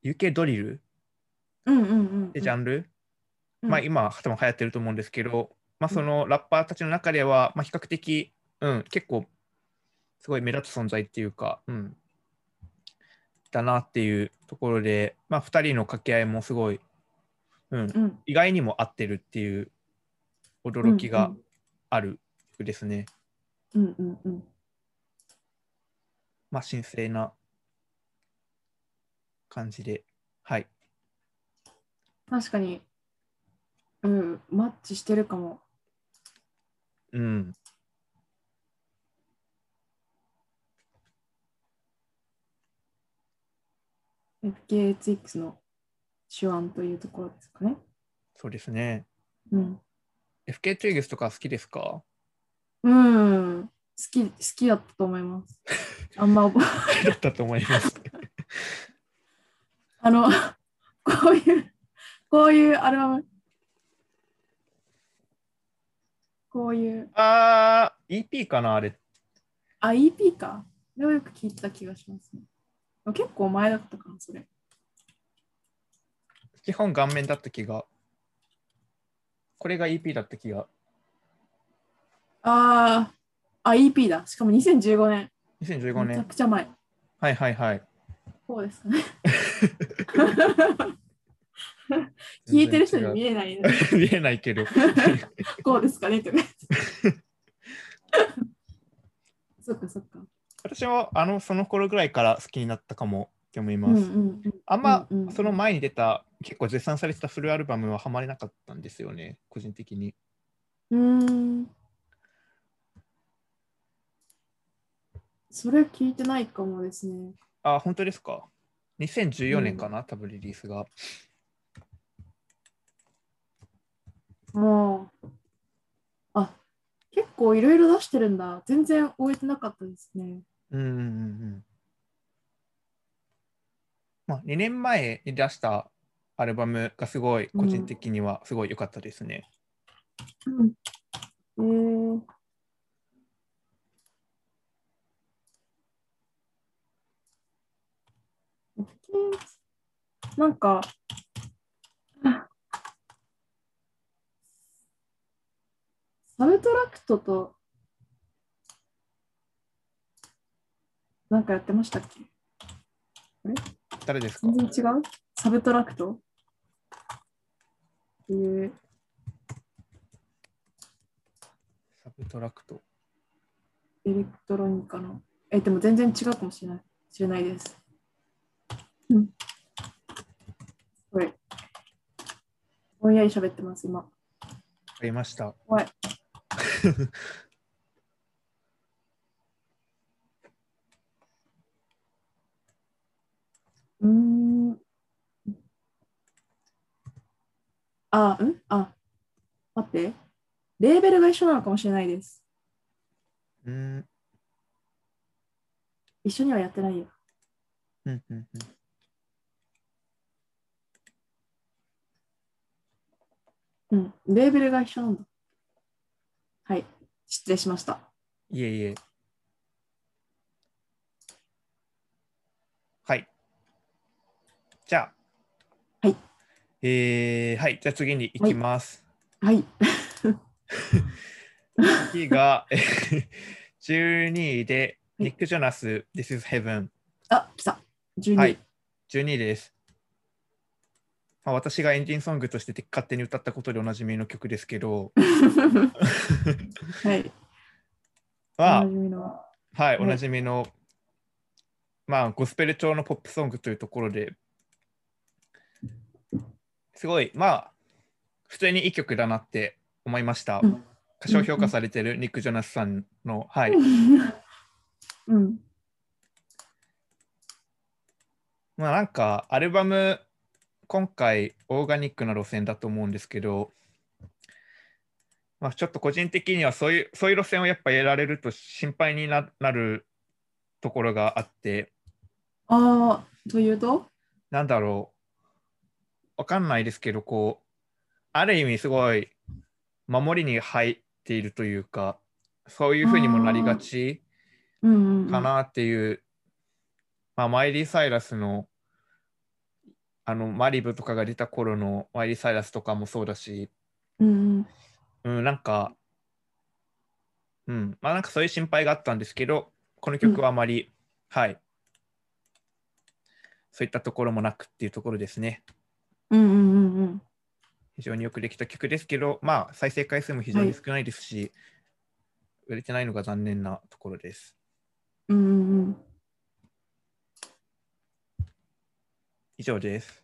UK ドリル
うんうんうん
でジャンル、
うん
まあ、今多分流行ってると思うんですけど、まあ、そのラッパーたちの中では、まあ、比較的、うん、結構すごい目立つ存在っていうか、うん、だなっていうところで、まあ、2人の掛け合いもすごい、うん、
うん
意外にも合ってるっていう驚き
う
が
ん
ある曲ですね、
うんうんうん
まあ、神聖な感じではい
確かにうんマッチしてるかも
うん
で FKHX の手腕というところですかね
そうですね
うん
FK トゥーゲスとか好きですか (laughs)
うん好き好きだったと思いますあんま覚え
だったと思います。
あの、こういう、こういうアルバム。こういう、
あー、EP かな、あれ。
あ、EP か。でもよく聞いてた気がしますね。結構前だったかな、それ。
基本顔面だった気が。これが EP だった気が。
あー、あ、EP だ。しかも2015年。
2015
めちゃ
年。
くちゃ前。
はいはいはい。
こうです
(laughs)
かね。聞いてる人に見えない、ね、
全然違う (laughs) 見えないけど。
こうですか
(laughs)
ねとか言って。そっかそっか。
私もあのその頃ぐらいから好きになったかもって思い
うん
ま
う
す。
んうん。
あんま、
うんうん
その前に出た結構絶賛されてたフルアルバムはハマれなかったんですよね、個人的に。
うーん。それ聞いてないかもですね。
あ、本当ですか。2014年かな、多分リリースが。
もう。あ、結構いろいろ出してるんだ。全然終えてなかったですね。
うんうんうんうんまあ、2年前に出したアルバムがすごい個人的にはすごい良かったですね。
うん。えーなんか、サブトラクトと、なんかやってましたっけ
誰ですか
全然違うサブトラクトっていう、
サブトラクト。
エレクトロニカの。え、でも全然違うかもしれない。知れないです。うん。これ。ぼんやり喋ってます、今。
ありました。
怖い。うーん。あ、うんあ、待って。レーベルが一緒なのかもしれないです。
うん
一緒にはやってないよ。
うんうんうん
うん。レーベルが一緒なんだ。はい。失礼しました。
いえいえ。はい。じゃあ。
はい。
えー、はい。じゃあ次に行きます。
はい。
次がえー12位で、ニック・ジョナス、This is Heaven。
あ、来た。12。
はい、12位です。まあ、私がエンジンソングとして勝手に歌ったことでおなじみの曲ですけ
(laughs)
ど、
(laughs) はい。
まあ
おなじみの
はい、
うん
おなじみの、まあ、ゴスペル調のポップソングというところですごい、まあ、普通にいい曲だなって思いました
うん。
過小評価されてるニック・ジョナスさんの、はい、
うん。
まあなんかアルバム今回オーガニックな路線だと思うんですけど、まあ、ちょっと個人的にはそういうそういう路線をやっぱやられると心配にななるところがあって
ああ、というと
なんだろうわかんないですけどこうある意味すごい守りに入っているというかそういうふうにもなりがち
うんうんうん。
かなっていう、まあ、マイリー・サイラスのあのマリブとかが出た頃のマイリー・サイラスとかもそうだし、
うんうん。
うん、なんか、うん、まあなんかそういう心配があったんですけど、この曲はあまり、はい、そういったところもなくっていうところですね。
うんうんうんうん。
非常によくできた曲ですけど、まあ再生回数も非常に少ないですし、売れてないのが残念なところです。
うんうんうん。
以上です。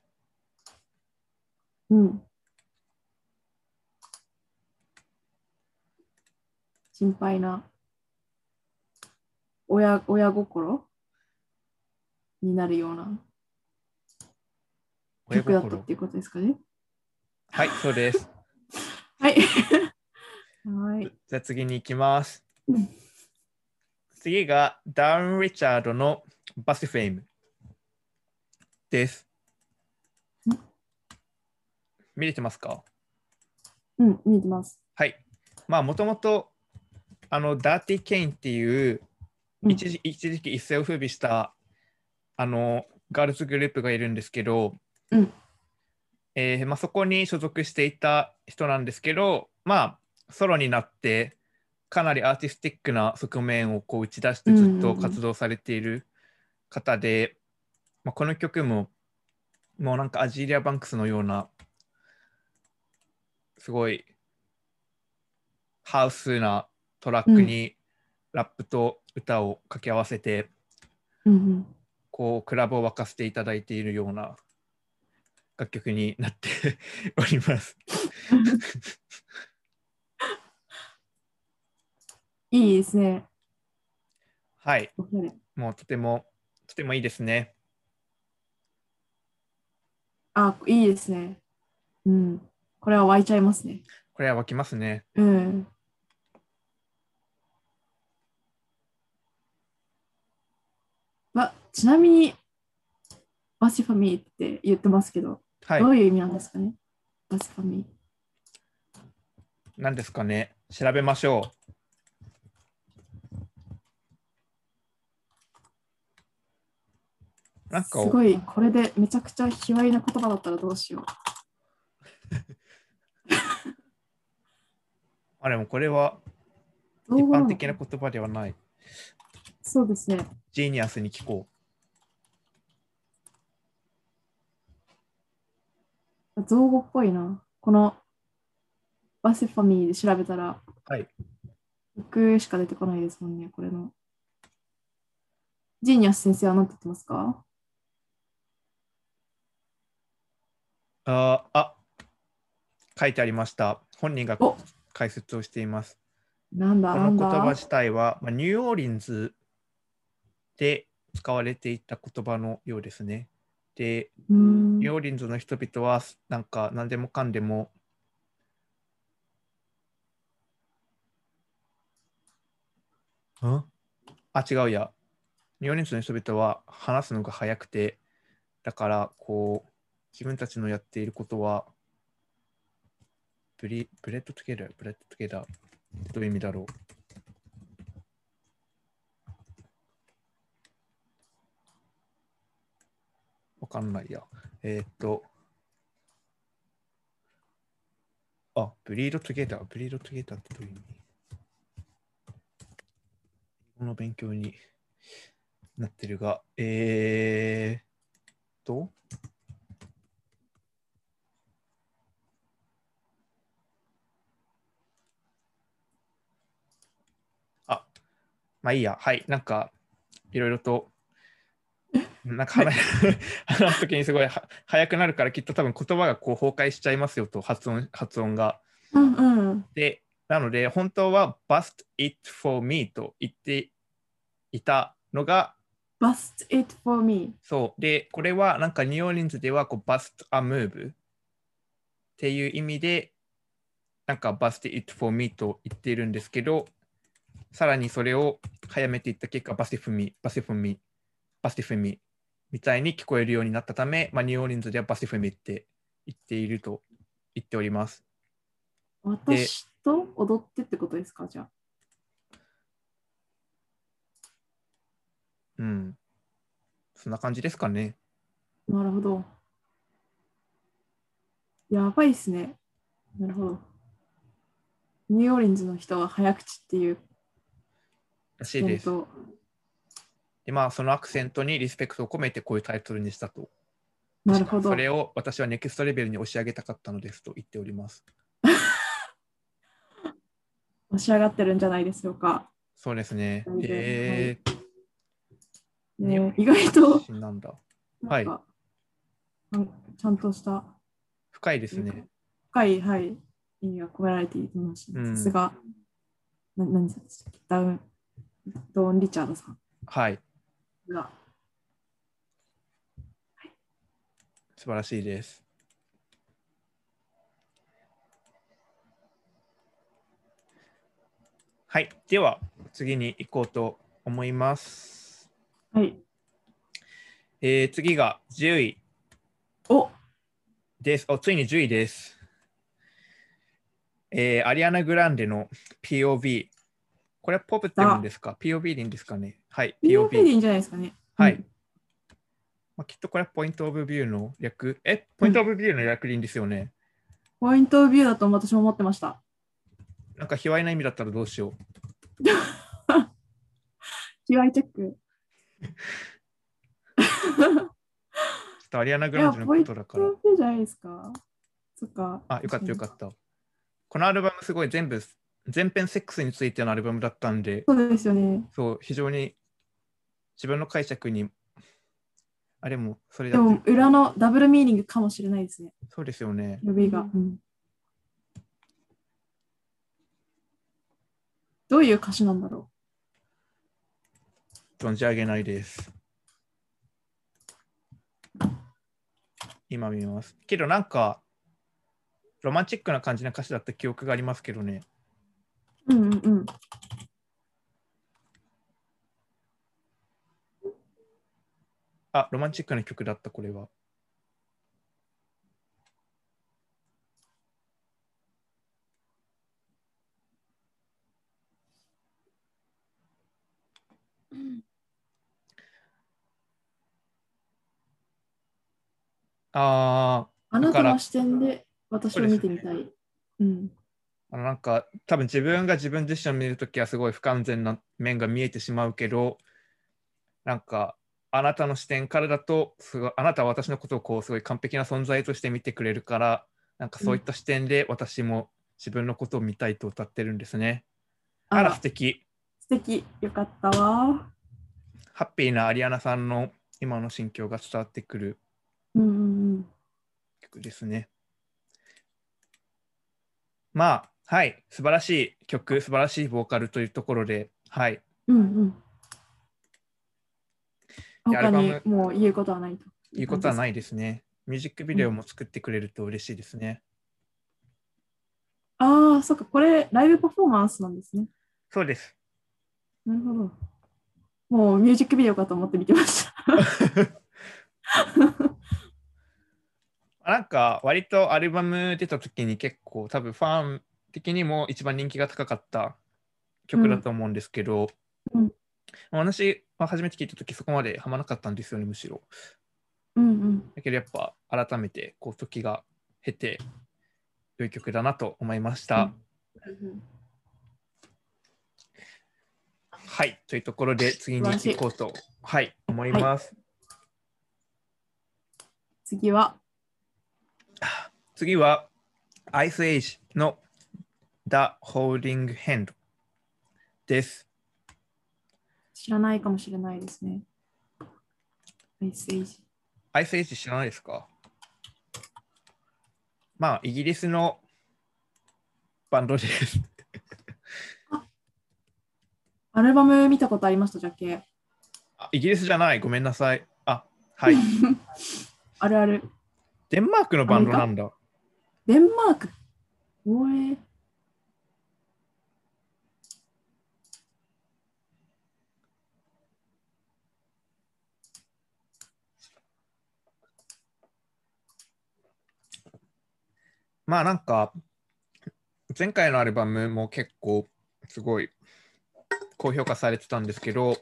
うん。心配な親親心になるような
親
曲だったっ
心。
ていうことですかね。
はい、そうです。
はい。はい。
じゃあ次に行きます
うん。
次がダウン・リチャードのバスフェイムです
うん。
見れてますか
うん、見えてます。
はい。まあもともとあのダーティ・ケインっていう
うん
一時一時期一世を風靡したあのガールズグループがいるんですけど、
うん
えーまあ、そこに所属していた人なんですけど、まあ、ソロになってかなりアーティスティックな側面をこう打ち出してずっと活動されている方で、まあ、この曲ももうなんかアジーリア・バンクスのようなすごいハウスなトラックにラップと歌を掛け合わせて、
うんうん。
こうクラブを沸かせていただいているような楽曲になって (laughs) おります。
いいですね。
はい、
おしゃれ。
もうとてもとてもいいですね。
あ、いいですね。うん。これは湧いちゃいますね。
これは湧きますね。
うん。ま、ちなみに、バシファミーって言ってますけど、
はい
ど、ういう意味なんですかねバシファミー。
何ですかね。調べましょう。なん
す
かお
ごい、これでめちゃくちゃ卑猥な言葉だったらどうしよ
あれもこれは
う。
一
造語の
般的な言葉ではない。
そうですね。
ジーニアスに聞こ
造語っぽいな。このバシファミーで調べたら、
はい
僕しか出てこないですもんね、これの。ジーニアス先生は何て言ってますか
う。あーあ書いてありました。本人が
お
解説をしています。
なんだ
こ
な
の
ん
言
だ
葉自体は、まあ、ニューオーリンズで使われていた言葉のようですね。で、
うーん
ニューオーリンズの人々は、なんか何でもかんでも、んあ、違うや。ニューオーリンズの人々は話すのが早くて、だから、こう、自分たちのやっていることは、ブリブレッドトゥゲダー、ブレッドトゥゲダーってどういう意味だろう。わかんないや。えーっと。あ、ブリードトゥゲーター。ブリードトゥゲーターってどういう意味この勉強になってるが、えーっと。あ、まあいいや。はい。なんか、いろいろと、なんか話 (laughs) 話すときにすごいは早くなるからきっと多分言葉がこう崩壊しちゃいますよと発音発音が。
うんうん。
で、なので本当は bust it for me と言っていたのが
bust it for me.
そう。で、これはなんかニューオーリンズではこうバストアムーブっていう意味で、なんかバスト it for me と言っているんですけど、さらにそれを早めていった結果、バスティフミ、バスティフミ、バスティフミみたいに聞こえるようになったため、まあ、ニューオーリンズではバスティフミって言っていると言っております。
私と踊ってってことですかじゃあ。
うん。そんな感じですかね。
なるほど。やばいっすね。なるほど。ニューオーリンズの人は早口っていう
らしい
点
です。
と、
で、まあ、そのアクセントにリスペクトを込めてこういうタイトルにしたと。
なるほど
そ。れを私はネクストレベルに押し上げたかったのですと言っております。
押し上がってるんじゃないでしょうか。
そうですね
なるほ。ど
えーニューオー
ね、
リ
意外と
自信なんだ。
なんか、なんかちゃんとした
深いですね。
深い、はい、意味が込められていました
う
ね。
ん
さすが、な何さんでしたっけダウン、ドーン・リチャードさん
はい。
が。
素晴らしいです。はい。では、次に行こうと思います。
はい。
えー次が10位
お
です。おついに10位です。えーアリアナ・グランデの POV。これはポブって言うんですか ?POV でいいんですかねはい
POP でいいんじゃないですかね。
はい
うん。
まあ、きっとこれはポイントオブビューの略。え、ポイントオブビューの略でいいんですよね。
ポイントオブビューだと私も思ってました。
なんか卑猥な意味だったらどうしよう。
QI チェック。
ちょっとアリアナ・グ
い
ラ
や、
ンデの
ポ
こ
イン
と
ト
だ
オ
から
ブ。ビューじゃないですか。そっか。
あ、よかったよか
た。
った。このアルバムすごい全部、全編セックスについてのアルバムだったんで、
そうですよね。
そう、非常に自分の解釈に、あれもそれ
で
だっ
も
て、
裏のダブルミーニングかもしれないですね。
そうですよね。
呼びが。うんどういう歌詞なんだろ
存じ上げないです。今見ます。けどなんか、ロマンチックな感じの歌詞だった記憶がありますけどね。
う。うんうんうん。
あ、ロマンチックな曲だった、これは。あ
あなたの視点で私を見てみたい。うん。
ーあのなんか多分自分が自分自身を見るときはすごい不完全な面が見えてしまうけどなんかあなたの視点からだとすごいあなたは私のことをこうすごい完璧な存在として見てくれるからなんかそういった視点で私も自分のことを見たいと歌ってるんですね。あ
あ
ら
ら
素、敵
素敵。よかったわ。
ハッピーなアリアナさんの今の心境が伝わってくる
うんうんうん。
曲ですね。まあ、はい、素晴らしい曲、素晴らしいボーカルというところで、はい、
うんうん。
でア
他
ルバ
に
ム
もう言うことはないと。。
言うことはないいですね。ミュージックビデオも作ってくれると嬉しいですね。
ああ、そっか。これ、ライブパフォーマンスなんですね。
そうです。
なるほど。もうミュージックビデオかと思って見て
(laughs)
ました。 (laughs)
なんか、割とアルバム出た時に結構、多分ファン的にも一番人気が高かった曲だと思うんですけど、
うんうん
私は初めて聞いた時そこまでハマらなかったんですよね、むしろ。
うんうん。
だけどやっぱ改めてこう時が経て良い曲だなと思いました。
うんうん
はいというところで次に行こうとはい思います。
次は、
次は Ice Age の The Holding Hand です。
知らないかもしれないですね。メッセージ。
Ice Age 知らないですかまあイギリスのバンドです。
アルバム見たことありました、ジャケ。
あイギリスじゃない、ごめんなさい。あ、はい。
あるある。
デンマークのバンドなんだ。
デンマーク。おえ。
まあなんか、前回のアルバムも結構すごい高評価されてたんですけど、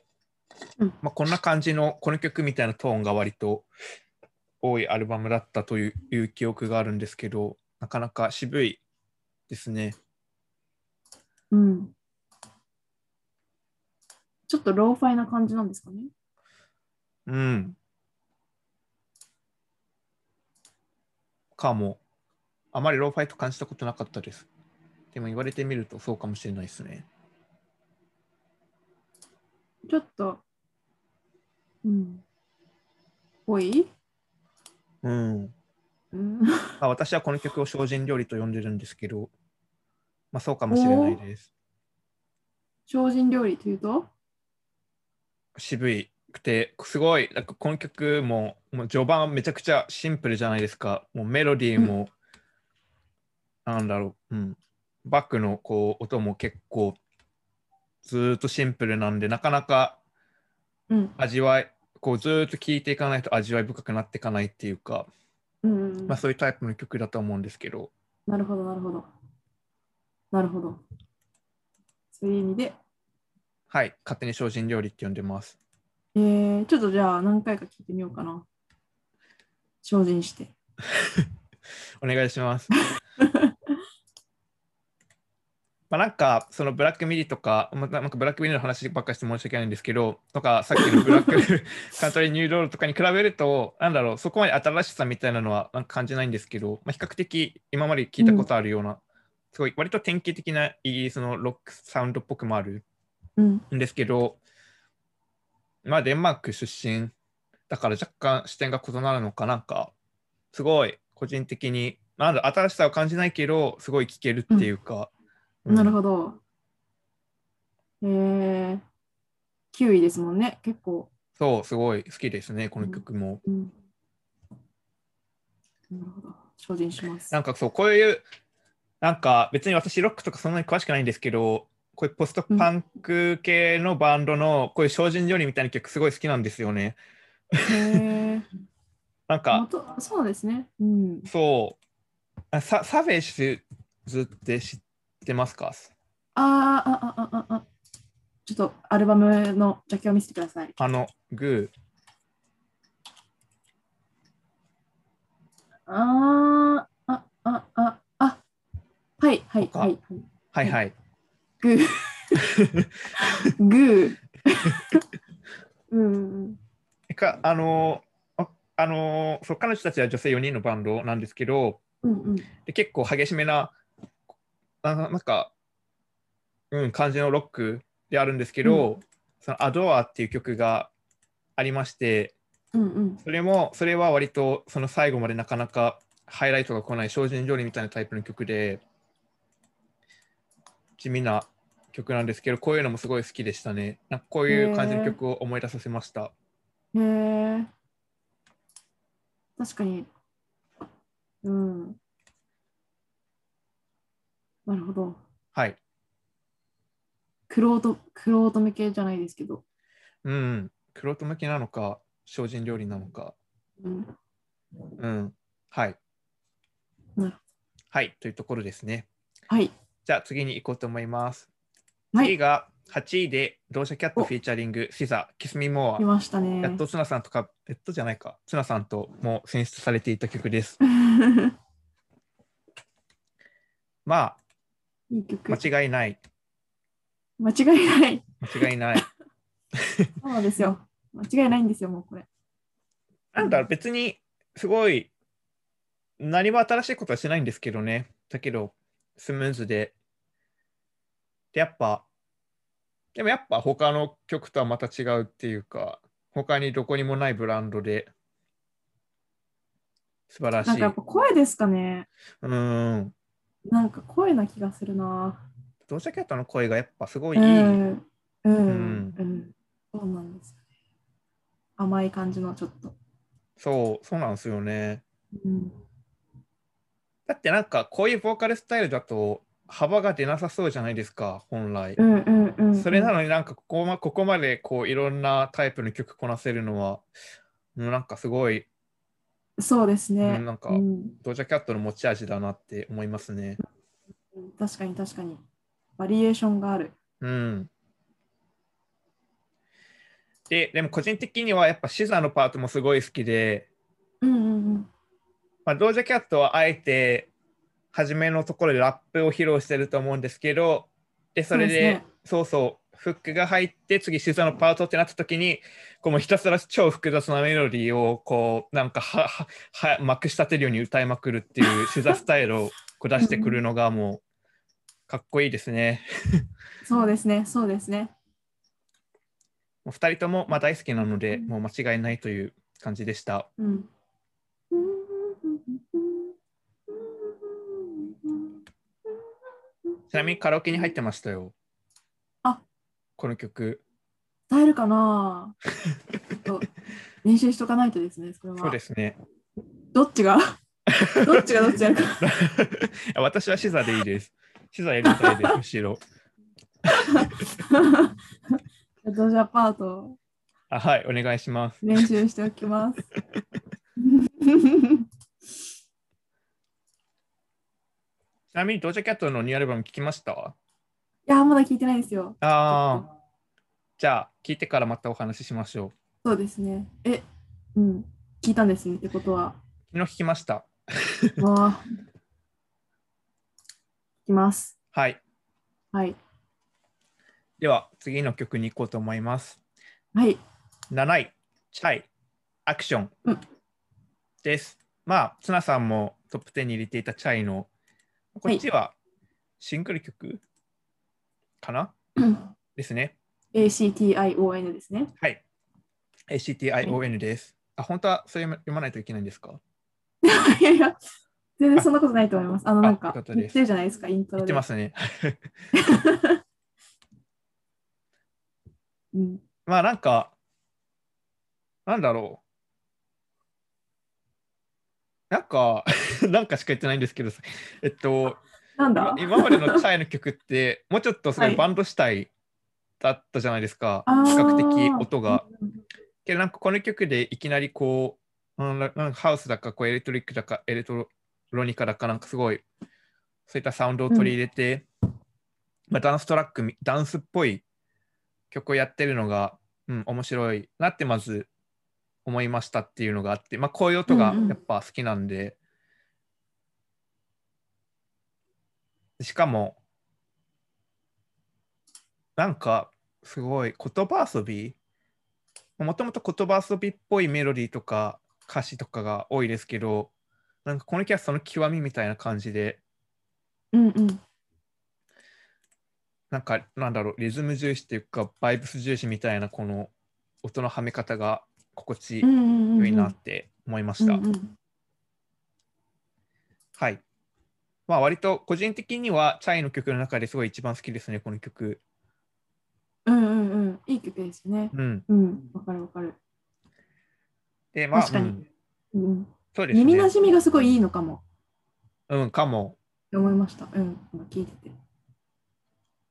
うん
まあ、こんな感じのこの曲みたいなトーンが割と多いアルバムだったといういう記憶があるんですけど、なかなか渋いですね。
うん。ちょっとローファイな感じなんですかね。
うん。かも。あまりローファイと感じたことなかったです。でも言われてみるとそうかもしれないですね。
ちょっと。うん。ぽい
うん。
うん。
まあ、私はこの曲を精進料理と呼んでるんですけど、まあ、そうかもしれないです。
精進料理というと
渋いくて、すごい、なんかこの曲ももう序盤はめちゃくちゃシンプルじゃないですか。もうメロディーも、なんだろう、うん。バックのこう音も結構ずーっとシンプルなんで、なかなか
うん。
味わい、こうずーっと聴いていかないと味わい深くなっていかないっていうか、
うんうん、
まあ、そういうタイプの曲だと思うんですけど、
なるほど、なるほど。なるほど。そういう意味で、
はい、勝手に精進料理って呼んでます。
えー、ちょっとじゃあ何回か聞いてみようかな。精進して。
お願いします。まあなんかそのブラックミリとか、まあなんかブラックミリの話ばっかりして申し訳ないんですけど、とかさっきのブラック (laughs) カントリーニューロールとかに比べると、なんだろう、そこまで新しさみたいなのはなんか感じないんですけど、まあ、比較的今まで聞いたことあるような、すごい割と典型的なイギリスのロックサウンドっぽくもある
うん。
んですけど、まあデンマーク出身だから若干視点が異なるのかなんか、すごい個人的に、なんだ、新しさを感じないけど、すごい聞けるっていうか、うん
なるほど。えー、9位ですもんね、結構。
そう、すごい好きですね、この曲も。
うん、なるほど。精進します。
なんかそう、こういう、なんか別に私ロックとかそんなに詳しくないんですけど、こういうポストパンク系のバンドの、こういう精進料理みたいな曲すごい好きなんですよね。
えー、
なんか、
元そうですね。うん。
そう、あササフェイシズって知ってますか
あーあ、あ、あ、あ、あ。ちょっとアルバムのジャケを見せてください。
あの、グー。
あーあ、あ、あ、あ、はい、はい、
他
はい。は
は
い
いはい。
グー。グー。うんうん
かあのー、ああのーそう、彼女たちは女性4人のバンドなんですけど、
うん。うんうん。
で結構激しめな、ななんか、うん、感じのロックであるんですけど、そのアドアっていう曲がありまして、
うんうん。
それも、それは割とその最後までなかなかハイライトが来ない精進料理みたいなタイプの曲で、地味な曲なんですけど、こういうのもすごい好きでしたね。なんかこういう感じの曲を思い出させました。
へえ。確かに。うん。なるほど。
はい。
クロート、クロート向けじゃないですけど。
うん。黒人向きなのか、精進料理なのか。
うん。
うん。はい。
なるほど
はい。というところですね。
はい。
じゃあ次に行こうと思います。
は
次
い。
が8位で、同社キャットフィーチャリング、シザ、キスミモ
来
ア。
ましたね
や。っとツナさんとか、えっとじゃないか、ツナさんとも選出されていた曲です。ま
(laughs) いい曲。
あ、間違いない。
間違いない。
間違いない。
そうなんですよ。間違いないんですよ、もうこれ。
なんだろう、別に、すごい、何も新しいことはしないんですけどね。だけど、スムーズで。で、やっぱ、でもやっぱ他の曲とはまた違うっていうか、他にどこにもないブランドで、素晴らし
なん
い。
かやっぱ声ですかね。
うーん。
なんか声な気がするな。
ドージャキャットの声がやっぱすごいういい。
ん。うん。うんん。そうなんですよね。甘い感じのちょっと。
そう、そうなんですよね。
うん、
だってなんかこういうボーカルスタイルだと幅が出なさそうじゃないですか、本来。
うんうんうん、
それなのになんかここまここまでこういろんなタイプの曲こなせるのは、もうなんかすごい、
そうですね。
うんなんか
うん
ドージャキャットの持ち味だなって思いますね。
うん確かに確かに。バリエーションがある。
うん。で、でも個人的にはやっぱシザのパートもすごい好きで、
うんうん
まあ、ドージャキャットはあえて初めのところでラップを披露してると思うんですけど、で、それで、
そうですね
そうそう、フックが入って、次シザのパートってなった時に、このひたすら超複雑なメロディーをこう、なんかは、は、は、まくしたてるように歌いまくるっていう
(laughs)
シザスタイルをこう出してくるのがもう、かっこいいですね。
うん。そうですね、そうですね。
もう2人ともまあ大好きなので、
うん
もう間違いないという感じでした。
うん。
ちなみにカラオケに入ってましたよ。
あ
この曲。
歌える
(laughs)
かなちょっと練習しとかないとですね、それは。
そうですね。
どっ
(laughs)
ちがどっちがどっちやるか。
私はシザでいいです。シザやりたいです、むしろ。
ドジャパート
あはい、お願いします。
練習してお
(laughs)
きます。
ちなみにドージャキャットのニューアルバム聞きました
いや、まだ聞いてないですよ。
ああ、じゃあ聞いてからまたお話ししましょ
そうですね。え、うん、聞いたんですねってこ
(laughs)
とは。
う。昨日聞きました。
わあ。聞きます。
はい。
はい。
では次の曲に行こうと思います。
はい。
7位、チャイ、アクション、
うん
です。まあ、ツナさんもトップ10に入れていたチャイの、こっちはシングル曲かな、ですね。
ACTION ですね。 (laughs)
はい。ACTION です。あ、本当はそれ読まないといけないんですか
いやいや、全然そんなことないと思います。あの、なん
よ
か
かっ、たです
言ってるじゃないですか、イント
言
ロ
って
で。
ますね。
うん。
まあなんか、なんだろう。なんか、 (laughs) なんかしか言ってないんですけど、えっと、
なんだ
今までのチャイの曲って、もうちょっとすご
はい
いバンド主体だったじゃないですか、
あー
比較的音が。
うん
けどなんかこの曲でいきなりこう、うんななんかハウスだかこうエレクトリックだかエレクトロニカだかなんかすごいそういったサウンドを取り入れて、まあ、ダンストラックみダンスっぽい曲をやってるのが、うん、面白いなってまず思いましたっていうのがあって、まあ、こういう音が
うんうん
やっぱ好きなんで、しかもなんかすごい言葉遊びもともと言葉遊びっぽいメロディーとか歌詞とかが多いですけどなんかこのキャスその極みみたいな感じで
うんうん。
なんかなんだろうリズム重視っていうかバイブス重視みたいなこの音のはめ方が心地
うんうんうんうん。
よいなって思いました。
うんうん
はい。まあ割と個人的にはチャイの曲の中ですごい一番好きですねこの曲。
うんうんうん。いい曲ですよね。
うん。
うん。わかるわかる。
でまあ
確かに
うん
うん。
そうですね。
耳なじみがすごいいいのかも。
うんかも。
って思いました。うん。今聞いてて。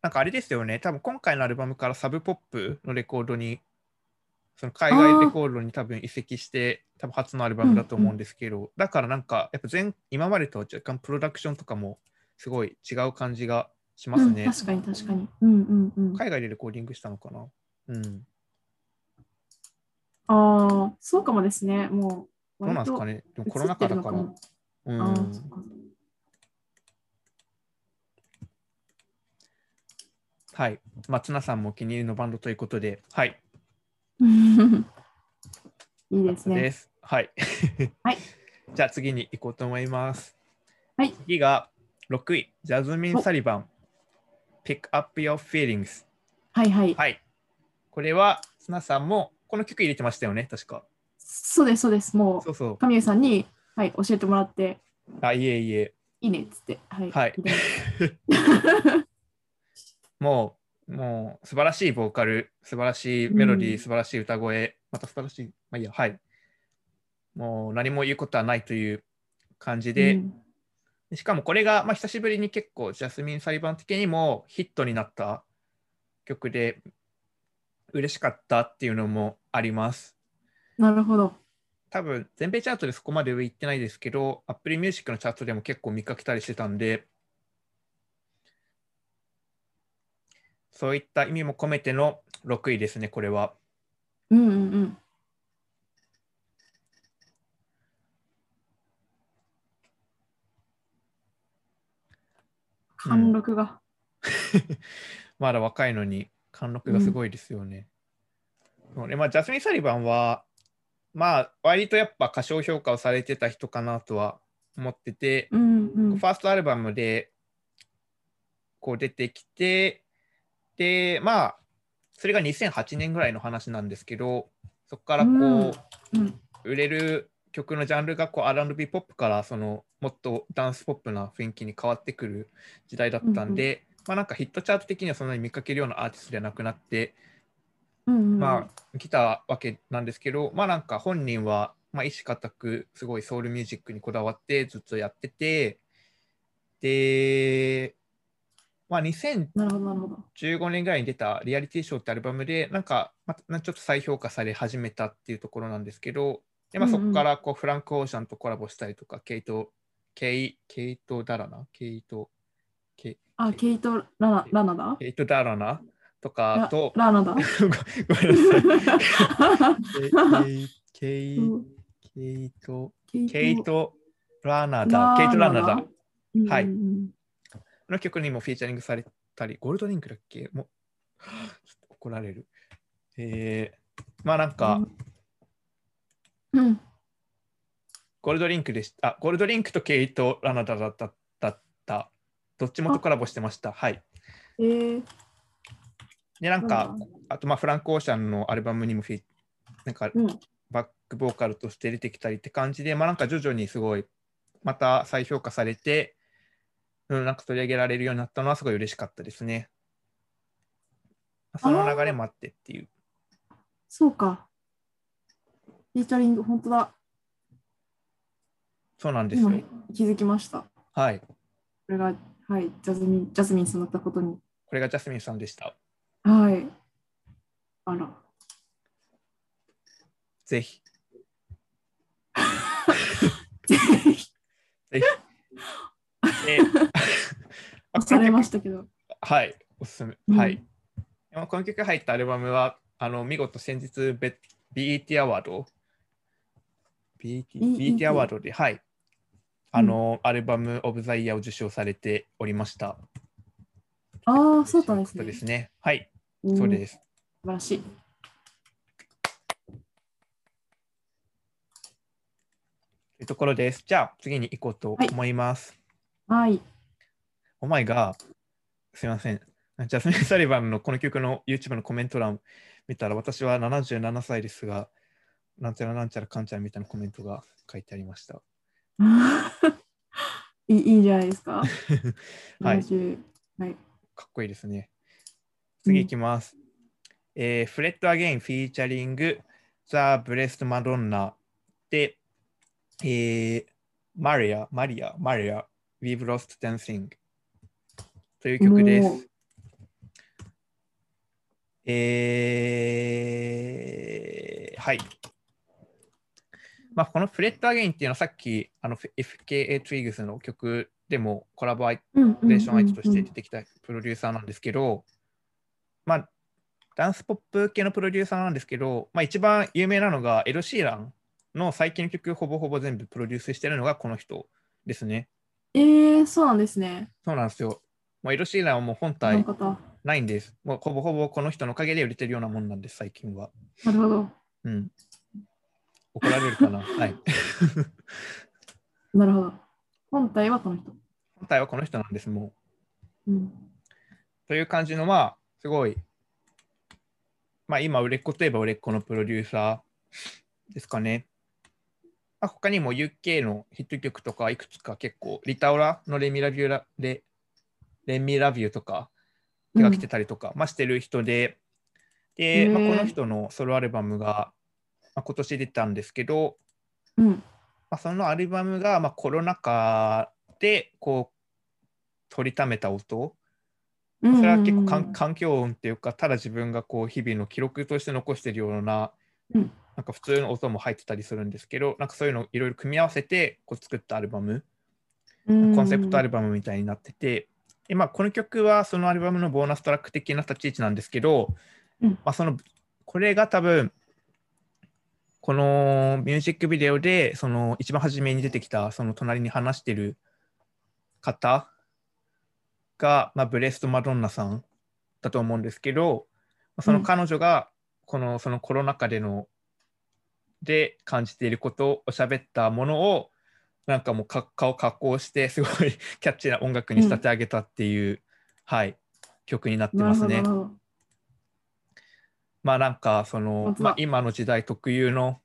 なんかあれですよね、多分今回のアルバムからサブポップのレコードに、その海外レコードに多分移籍して、多分初のアルバムだと思うんですけど、だからなんか、やっぱ前今までとは若干プロダクションとかもすごい違う感じがします
うん、
ね。
確かに確かに。うんうんうん。
海外でレコーディングしたのかな。うん。
ああ、そうかもですね。もう、
どうなんですかね。でもコロナ禍だから。
映って
う
るのかも。ああ、そっ
ん
か。
はい。松菜さんもお気に入りのバンドということで、はい。
(laughs) いいですね。
すはい。
はい
(laughs) じゃあ次に行こうと思います。
はい
次が6位、ジャズミン・サリバン、Pick Up Your Feelings。
はいはい。
はい。これは、ツナさんもこの曲入れてましたよね、確か。
そうです、そうです。も、
そうそう
神谷さんに、はい、教えてもらって、
う。あ、いえいえ。
いいねっつって。はい。 (laughs)
はい
いいね
もう、もう、素晴らしいボーカル、素晴らしいメロディー、
うん
素晴らしい歌声。また素晴らしい。まあいいや、はい。もう何も言うことはないという感じで、
うん
しかもこれが、まあ、久しぶりに結構ジャスミン・サリバン的にもヒットになった曲で嬉しかったっていうのもあります。
なるほど。
多分全米チャートでそこまで上行ってないですけど、Apple Music のチャートでも結構見かけたりしてたんで、そういった意味も込めての6位ですね、これは。
うんうんうん。貫禄が。
まだ若いのに貫禄がすごいですよね。そうねまあ、ジャスミン・サリバンは、まあ、割とやっぱ過小評価をされてた人かなとは思ってて、
うんうん
フ。ァーストアルバムでこう出てきて、で、まあ、それが2008年ぐらいの話なんですけど、そこからこう、
うんうん
売れる曲のジャンルがこう R&B ポップからそのもっとダンスポップな雰囲気に変わってくる時代だったんで、まあ、なんかヒットチャート的にはそんなに見かけるようなアーティストじゃなくなって、
うんうん。
まあ、来たわけなんですけど、まあ、なんか本人は、まあ、意志固くすごいソウルミュージックにこだわってずっとやっててで、まあ、2015
なるほどなるほど。
年ぐらいに出た「リアリティショー」ってアルバムでなんか、まあ、ちょっと再評価され始めたっていうところなんですけどで、まあ、
うんう
そ
ん
こからこうフランク・オーシャンとコラボしたりとか、ケイト・ケイケイト・ダラナケイト・ケイ
あ、ケイト・ラナラナだ
ケイト・ダラナと
ラ
かと、
ラナ
(laughs)
だ。
ごごめんなさい。ケイケイケイト、ケイト・ラナダ、ケイト・ラナダ
だ。うんうん
はいの曲にもフィーチャリングされたり、ゴールドリンクだっけもう、ちょっと怒られる。えー、まあなんか、
うん。
ゴールドリンクでした。あ、ゴールドリンクとケイト・ラナダだった。だったどっちもとコラボしてました。はい。
えー、
で、なん
な
か
んだ、
あとまあフランク・オーシャンのアルバムにもフィーなんか
うん。
バックボーカルとして出てきたりって感じで、まあ、なんか徐々にすごいまた再評価されて、うん、なんか取り上げられるようになったのはすごい嬉しかったですね。その流れもあってっていう。
そうか。フィーチャリング、本当だ。
そうなんです
今
よ。
気づきました。こ
はい。
れが、はい、ジャズミン、ジャズミンさんだったことに。
これがジャスミンさんでした。
はい。あら。
ぜ (laughs) ひ。ぜ (laughs) ひ。であ
押されま
この曲
したけど。
はい。おすすめ。
うん
はい。まあこの曲入ったアルバムは、あの見事先日ベ BET アワード、BET,
BET
BET アワードで、はい。あの、アルバムオブザイヤーを受賞されておりました。
ああ、そうだったんです
そう
ね。
ですね。はい、
ん
そうです。
素晴らしい。
というところです。じゃあ、次に行こうと思います。
はい。 (laughs)
お前が、すいません。ジャスミン・サリバンのこの曲の YouTube のコメント欄見たら、私は77歳ですが、なんちゃらなんちゃらかんちゃらみたいなコメントが書いてありました。
いいいいんじゃないですか。
はい、
70はい。
かっこいいですね。次いきます。えー、フレット・アゲイン・フィーチャリング・ザ・ブレスト・マドンナで、えー、マリア、マリア、マリア、We've Lost Dancing という曲で
おー
す。えー、はい。まあ、このフレット・アゲインっていうのはさっきあの FKA トゥイグスの曲でもコラボ相手
うんうんうんうん
レーション相手として出てきたプロデューサーなんですけど、まあ、ダンスポップ系のプロデューサーなんですけど、まあ、一番有名なのがエド・シーランの最近の曲をほぼほぼ全部プロデュースしてるのがこの人ですね。
えー、そうなんですね。
そうなんですよ。もうエド・シーランはもう本
この
体
方。
ないんです。もうほぼほぼこの人のおかげで売れてるようなもんなんです、最近は。
なるほど。
うん。怒られるかな。はい。
なるほど。本体はこの人。
本体はこの人なんです、もう。
うん。
という感じの、まあ、すごい、まあ、今、売れっ子といえば売れっ子のプロデューサーですかね。まあ、他にも UK のヒット曲とか、いくつか結構、リタオラのレミラビューラレレミラビューとか、手がけてたりとか、まあ、してる人で、で、
へー
まあ、この人のソロアルバムが、まあ、今年出たんですけど、
うん。
まあ、そのアルバムが、まあ、コロナ禍でこう取りためた音
うん
それは結構かん
うん
環境音っていうかただ自分がこう日々の記録として残してるような、
うん
なんか普通の音も入ってたりするんですけどなんかそういうのをいろいろ組み合わせてこう作ったアルバム、
うん
コンセプトアルバムみたいになってて、でまあ、この曲はそのアルバムのボーナストラック的な立ち位置なんですけど、
うん
まあ、そのこれが多分このミュージックビデオでその一番初めに出てきたその隣に話してる方が、まあ、ブレスト・マドンナさんだと思うんですけどまあその彼女がこのそのコロナ禍でので感じていることを喋ったものをなんかもうか顔加工してすごい (laughs) キャッチーな音楽に仕立て上げたっていう、はい曲になってます
な
ね
るほ。どなるほど
まあなんかその
本、当
ま
だ
あ、今の時代特有の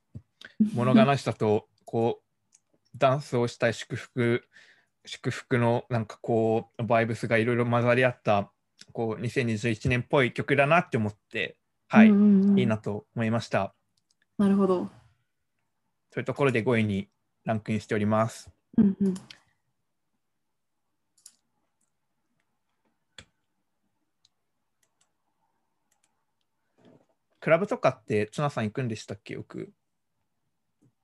物悲しさとこうダンスをしたい祝福祝福のなんかこうバイブスがいろいろ混ざり合ったこう2021年っぽい曲だなって思ってはい、
うんうんうん
いいなと思いました。
なるほど。
というところで5位にランクインしております。
うんうん。
クラブとかってツナさん行くんでしたっけよく。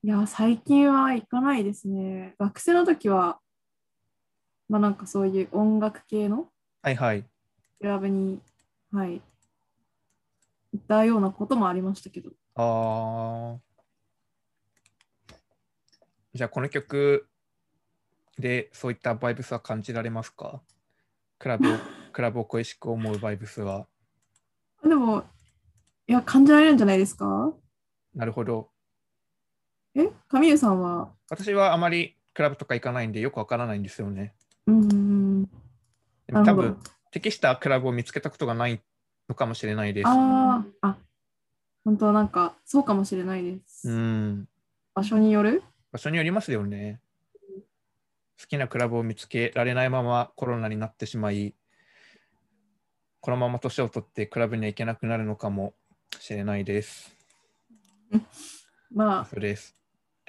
いや、最近は行かないですね。学生の時は、まあなんかそういう音楽系の
はいはい。
クラブに、はい、行ったようなこともありましたけど。
ああ。じゃあこの曲でそういったバイブスは感じられますかクラ
(laughs)
ブをクラブを恋しく思うバイブスは。
でも、いや、感じられるんじゃないですか
なるほど。
え神湯さんは、
私はあまりクラブとか行かないんでよくわからないんですよね。
うんうん
で
うん、
も
な
多
るほど
分。適したクラブを見つけたことがないのかもしれないです。
あーあ、本当なんか、そうかもしれないです。
うん。
場所による
場所によりますよね。好きなクラブを見つけられないままコロナになってしまい、このまま年を取ってクラブには行けなくなるのかもしれないです。
まあ、
そうです。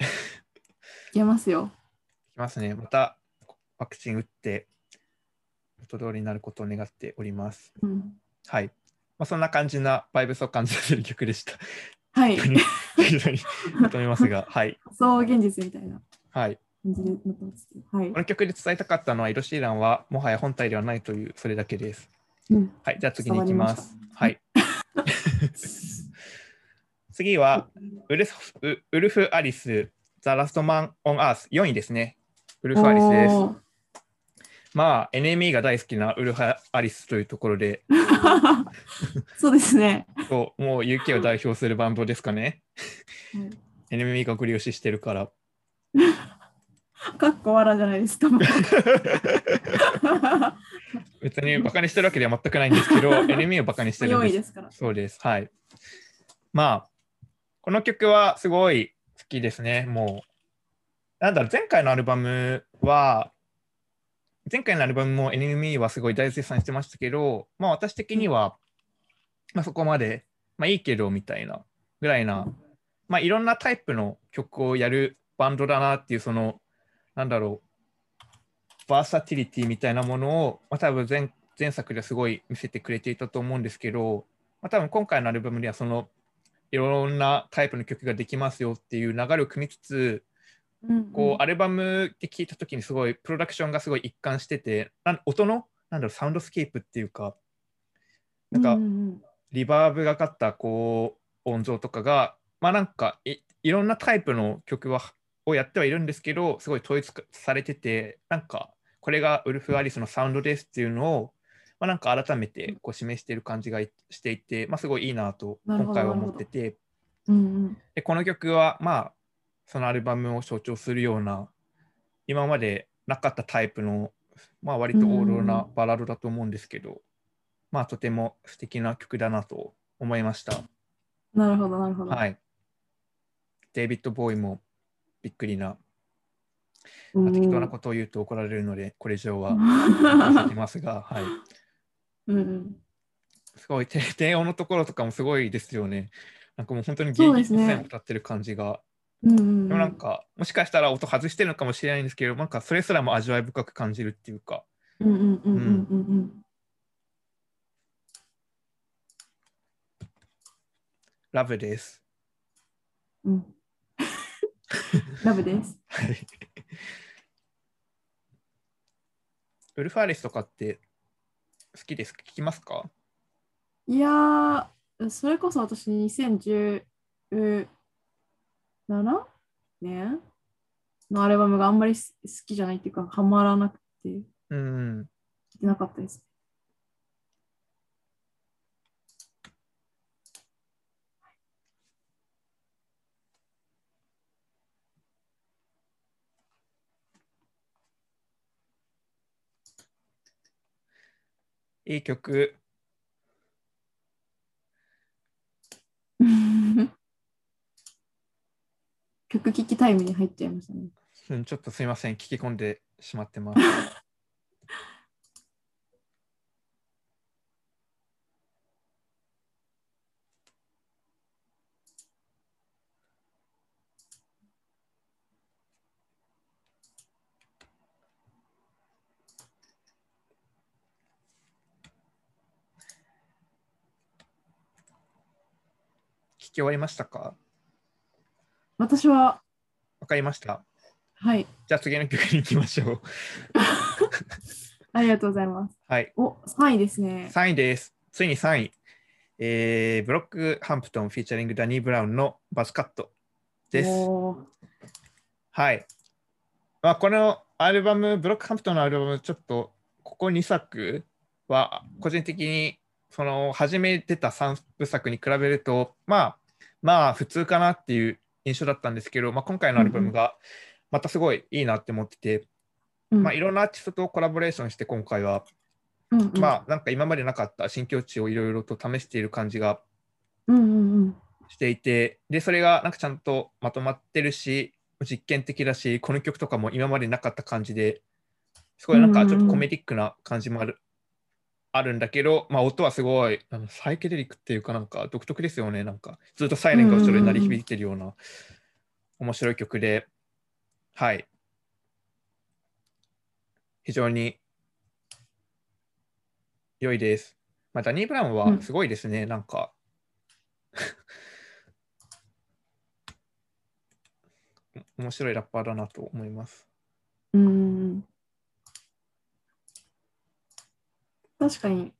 行けますよ。
いきますね。またワクチン打って、元通りになることを願っております。
うん、
はい。まあ、そんな感じなバイブスを感じさせる曲でした。 (laughs)
はい、
非常に認めます
(laughs)
が、はい。
そう現実みたいな
はい。
感じでなってますけど。はい
こ。の曲で伝えたかったのは、色シーランはもはや本体ではないという、それだけです。
うん
はい、じゃあ次に行きます。はい。
(laughs)
次はウルフ、ウウルフ・アリス、ザ・ラスト・マン・オン・アース、4位ですね。ウルフ・アリスです。
おー
まあ、NME が大好きなウルフ・アリスというところ
(laughs)
で、
そうですね。
そうもう UK を代表するバンドですかね。
うん
NME がご利用ししてるから。
かっこわらじゃな
(laughs)
いですか。もう
別にバカにしてるわけでは全くないんですけ
(laughs)
ど、NME をバカにしてるん
4
で
位
す
ですから。
そうです。はい。まあ、この曲はすごい好きですね。もう、なんだろう、前回のアルバムは、前回のアルバムも NME はすごい大絶賛してましたけど、まあ私的には、まあそこまで、まあいいけどみたいなぐらいな、まあいろんなタイプの曲をやるバンドだなっていう、その、なんだろう、バーサティリティみたいなものを、まあ多分前前作ですごい見せてくれていたと思うんですけど、まあ、多分今回のアルバムではそのいろんなタイプの曲ができますよっていう流れを組みつつこうアルバムで聴いた時にすごいプロダクションがすごい一貫しててなん音のなんだろうサウンドスケープっていうか
う
なんか
うんうん
リバーブがかったこう音像とかがまあなんかいいろんなタイプの曲はをやってはいるんですけどすごい統一されててなんかこれがウルフ・アリスのサウンドですっていうのを、まあ、なんか改めてこう示している感じがいしていて、まあ、すごいいいなと
なる
今
ほど
回は思ってて
うん
でこの曲はまあそのアルバムを象徴するような今までなかったタイプの、まあ、割と王道なバラードだと思うんですけど、まあとても素敵な曲だなと思いました。
うん、なるほど、なるほど。
はい。デイビッド・ボーイもびっくりな、
うん
まあ適当なことを言うと怒られるので、これ以上は避けますが、はい。
(laughs) うんうん
(laughs) すごい、低低音のところとかもすごいですよね。なんかもう本当にギ
そう
リ
で
ギ
す
リ
ね
線を立ってる感じが、
うんうん
でもなんかもしかしたら音外してるのかもしれないんですけどなんかそれすらも味わい深く感じるっていうか
うんうんうんうんうんうん
ラブです。
うん。 (laughs) ラブです。
はいウルファレスとかって好きです聞きますか
いやー、それこそ私2017年のアルバムがあんまりす好きじゃないっていうか、ハマらなくて、聞
うん
いてなかったです。 (laughs)
いい曲
曲聴きタイムに入っちゃいましたね。
うん、ちょっとすみません、聞き込んでしまってます。聞き終わりましたか
私は、
わかりました。
はい、
じゃあ次の曲に行きましょう。
ありがとうございます。
はい、
お、3位ですね。
3位です。ついに3位。えーブロックハンプトンフィーチャリングダニー・ブラウンのバスカットです。
おー
はい。まあ、このアルバム、ブロックハンプトンのアルバム、ちょっとここ2作は個人的にその初め出た3部作に比べると、まあ、まあ普通かなっていう印象だったんですけど、まあ、今回のアルバムがまたすごいいいなって思ってて、
うん
まあ、いろんなアーティストとコラボレーションして今回は
うんうん
まあなんか今までなかった新境地をいろいろと試している感じが
うんうんうん
していてでそれがなんかちゃんとまとまってるし実験的だしこの曲とかも今までなかった感じですごいなんかちょっとコメディックな感じもある,、あるんだけど、まあ、音はすごいあのサイケデリックっていうかなんか独特ですよねなんかずっとサイレンが後ろに鳴り響いてるような面白い曲ではい非常に良いです。まあ、ダニー・ブラウンはすごいですね、なんか (laughs) 面白いラッパーだなと思います。
うんうんうん確かに。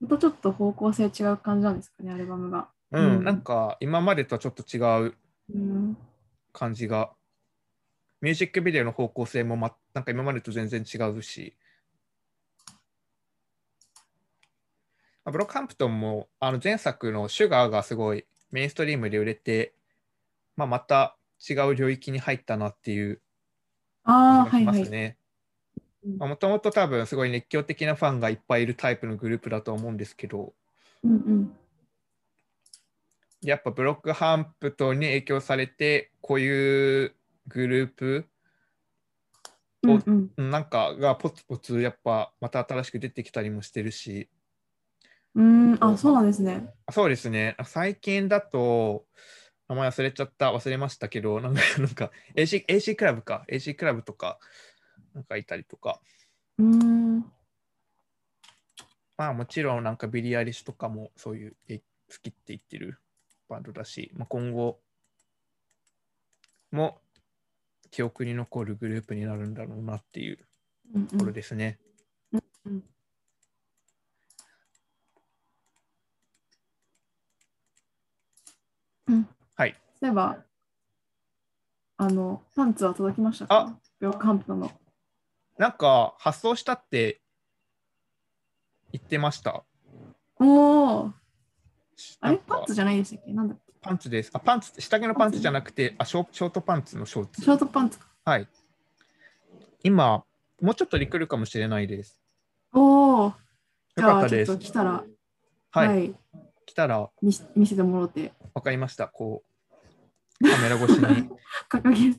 またちょっと方向性違う感じなんですかね、アルバムが。
うん、
うん
なんか今までとはちょっと違う
うん。
感じが、ミュージックビデオの方向性も、ま、なんか今までと全然違うし、まあブロックハンプトンもあの前作の「シュガーがすごいメインストリームで売れて、まあ、また違う領域に入ったなっていう
ああ、は
感じ
い
が
は
し
い
ます。ね。
うん
もともと多分すごい熱狂的なファンがいっぱいいるタイプのグループだと思うんですけど、
うんうん。
やっぱブロックハンプトンに影響されてこういうグループ
う
お
んうん。
なんかがポツポツやっぱまた新しく出てきたりもしてるし
うん、あ、そうなんですね。
あそうですね最近だと名前忘れちゃった忘れましたけどなんか (laughs) なんか AC, AC クラブか AC クラブとかなんかいたりとか
うん。うん
まあもちろんなんかビリー・アイリッシュとかもそういうえ好きって言ってるバンドだし、まあ、今後も記憶に残るグループになるんだろうなっていう
うん
ところですね。
うんうん
はい。
そういえば、あの、パンツは届きましたか
あ
ブロックハンプトンの。
なんか発送したって言ってました。
おお、あ
なん
れ
か
パンツじゃないでしたっけなんだっ
パンツです。あ、パンツ、下着のパンツじゃなくて、あショ、ショートパンツのショー
け
ツ。
ショートパンツか。
はい。今、もうちょっとで来るかもしれないです。
おお、じ
よかっ
ゃあ
た
ちょ
で
っ
す。
と来たら、
はい、
はい、
来たら
見せ見せてもろって、
分かりました。こう、カメラ越し
(laughs)
に。
掲げ、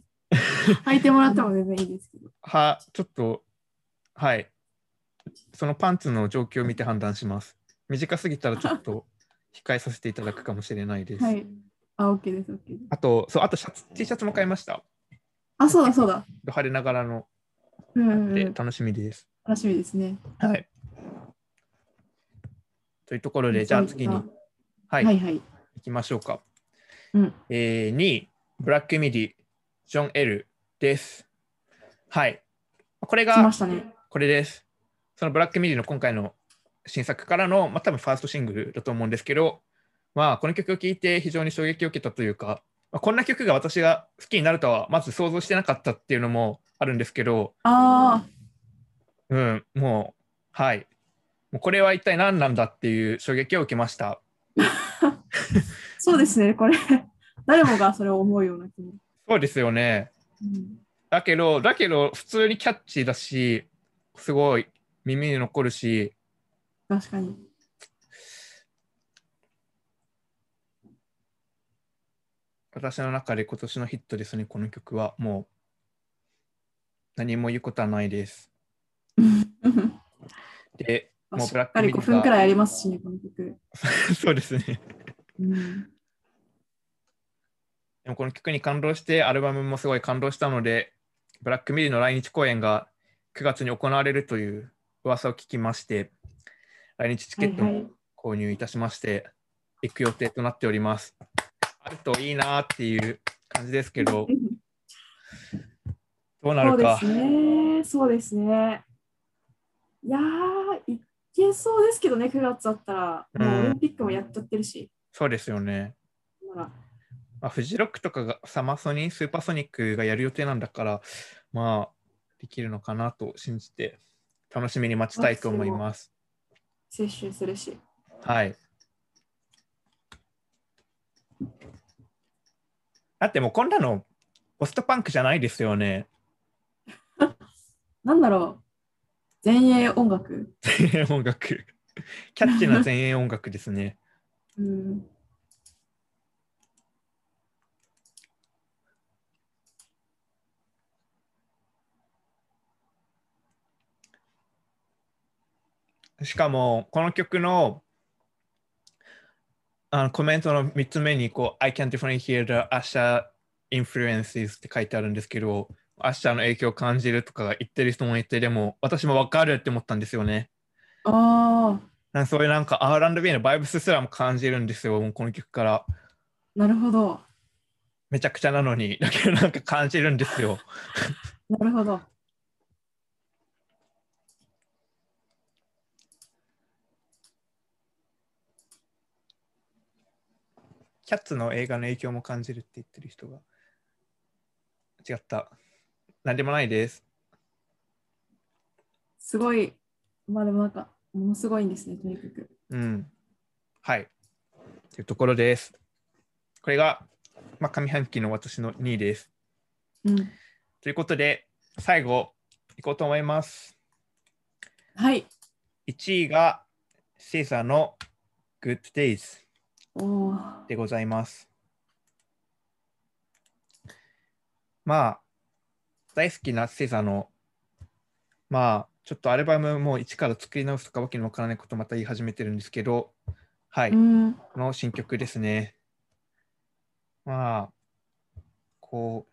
履いてもらっても全然いいですけど。
は、ちょっと、
(laughs)
はい。そのパンツの状況を見て判断します。短すぎたらちょっと控えさせていただくかもしれないです。
はい。あ、OK です、OK です。
あと、そう、あとシャツ、T シャツも買いました。
あ、そうだ、そうだ。
ド派手ながらの
うんうん、う
で
ん。
楽しみです。
楽しみですね。
はい。というところで、じゃあ次に、は、
はいい、は
行
い、はい。
きましょうか。
うん
えー、2位、ブラックミディ、ジョン・エルです。はい。これ
来ま
が、
したね。
これです。そのブラックミディの今回の新作からの、まあ多分ファーストシングルだと思うんですけど、まあこの曲を聴いて非常に衝撃を受けたというか、まあ、こんな曲が私が好きになるとはまず想像してなかったっていうのもあるんですけど、
あ
うん、もう、はい。もうこれは一体何なんだっていう衝撃を受けました。
あ、そうですね、これ。 (laughs) 誰もがそれを思うような気も。
そうですよね。
うん
だけど、だけど、普通にキャッチーだし、すごい耳に残るし、
確かに。
私の中で今年のヒットですね、この曲は。もう、何も言うことはないです。で、 (laughs)
まあ
(laughs) もう
し
ブラッ
っ
ク
か
ミ
り
ディが
5分くらいありますしね、この曲。
そうですね。
うん、
でもこの曲に感動して、アルバムもすごい感動したので、ブラックミリの来日公演が9月に行われるという噂を聞きまして、来日チケット
はいは
も
い
購入いたしまして、行く予定となっております。あるといいなっていう感じですけど、どうな
そう
る
で
か。
すね、そうですね。いやー、いけそうですけどね、9月だったら。もうオリンピックもやっちゃってるし。
そうですよね。
ほら
まあ、フジロックとかがサマソニー、スーパーソニックがやる予定なんだから、まあ、できるのかなと信じて、楽しみに待ちたいと思います。
接種するし。
はい。だってもうこんなのポストパンクじゃないですよね。
なんだろう、前衛音楽。
前衛音楽。キャッチーな前衛音楽ですね。
うん、
しかも、この曲のあのコメントの3つ目にこう、I can definitely hear the Asha influences って書いてあるんですけど、アッシャーの影響を感じるとか言ってる人もいて、でも私も分かるって思ったんですよね。
ああ、
なんかそういうなんか R&B のバイブスすらも感じるんですよ、もうこの曲から。
なるほど、
めちゃくちゃなのに、 (laughs) だけどなんか感じるんですよ。
なるほど。
キャッツの映画の影響も感じるって言ってる人が。違った。なんでもないです。
すごい、まあでもなんか、ものすごいんですね、とにかく。
うん。はい。というところです。これが、まあ、上半期の私の2位です。
うん、
ということで、最後、いこうと思います。
はい、
1位が、シーザーの Good Days
おー
でございます。まあ、大好きなセザの、まあ、ちょっとアルバムもう一から作り直すとかわけのわからないことまた言い始めてるんですけど、はい、
う
こ
ん、
の新曲ですね。まあ、こ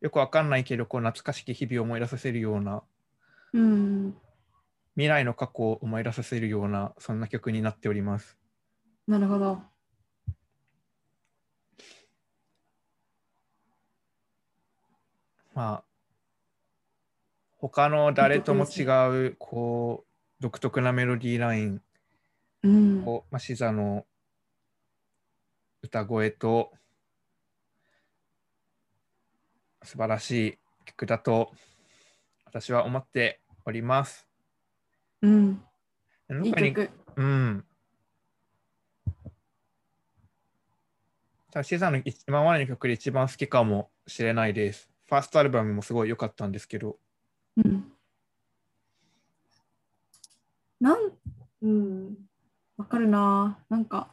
う、よくわかんないけど、こう懐かしき日々を思い出させるような、
うん、
未来の過去を思い出させるような、そんな曲になっております。
なるほど。
まあ、他の誰とも違う、こう、独特なメロディーライン、
うん、
こうまあ、シザの歌声と、素晴らしい曲だと、私は思っております。
うん、いい
中に
曲。
うん。ただシザの一今までの曲で一番好きかもしれないです。ファーストアルバムもすごい良かったんですけど、
うん、なん、うん、わかるな、なんか、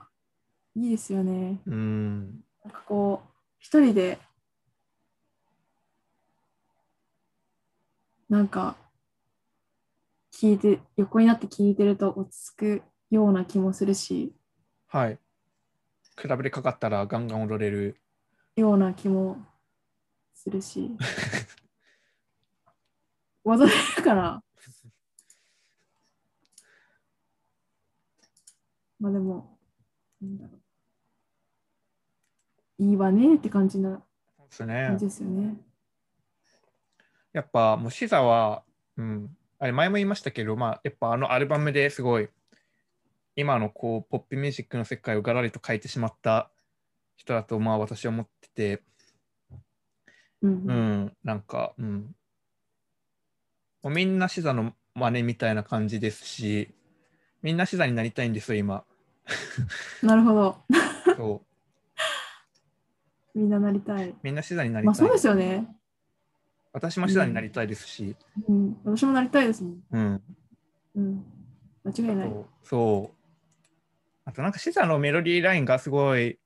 いいですよね。
うん。
なんかこう、一人で、なんか、聞いて、横になって聞いてると落ち着くような気もするし、
はい。クラブでかかったらガンガン踊れる。
ような気もするし踊れるからまあでもなんだろういいわねって感じな
そうですね
感じ。ですよね。
やっぱもうシザは、うん、あれ前も言いましたけど、まあ、やっぱあのアルバムですごい今のこうポップミュージックの世界をガラリと変えてしまった人だとまあ私は思ってて、
う
う
んうん
ん、なんか、うん、もうみんなシザの真似みたいな感じですしみんなシザになりたいんですよ
(laughs)
今
なるほど。
そう
みんななりたい。
みんなシザになり
まあ
たい、
そうですよね。
私もシザになりたいですし、
うん、私もなりたいですもん。
うん、
うん、間違いない。
そう。あとなんかシザのメロディーラインがすごい、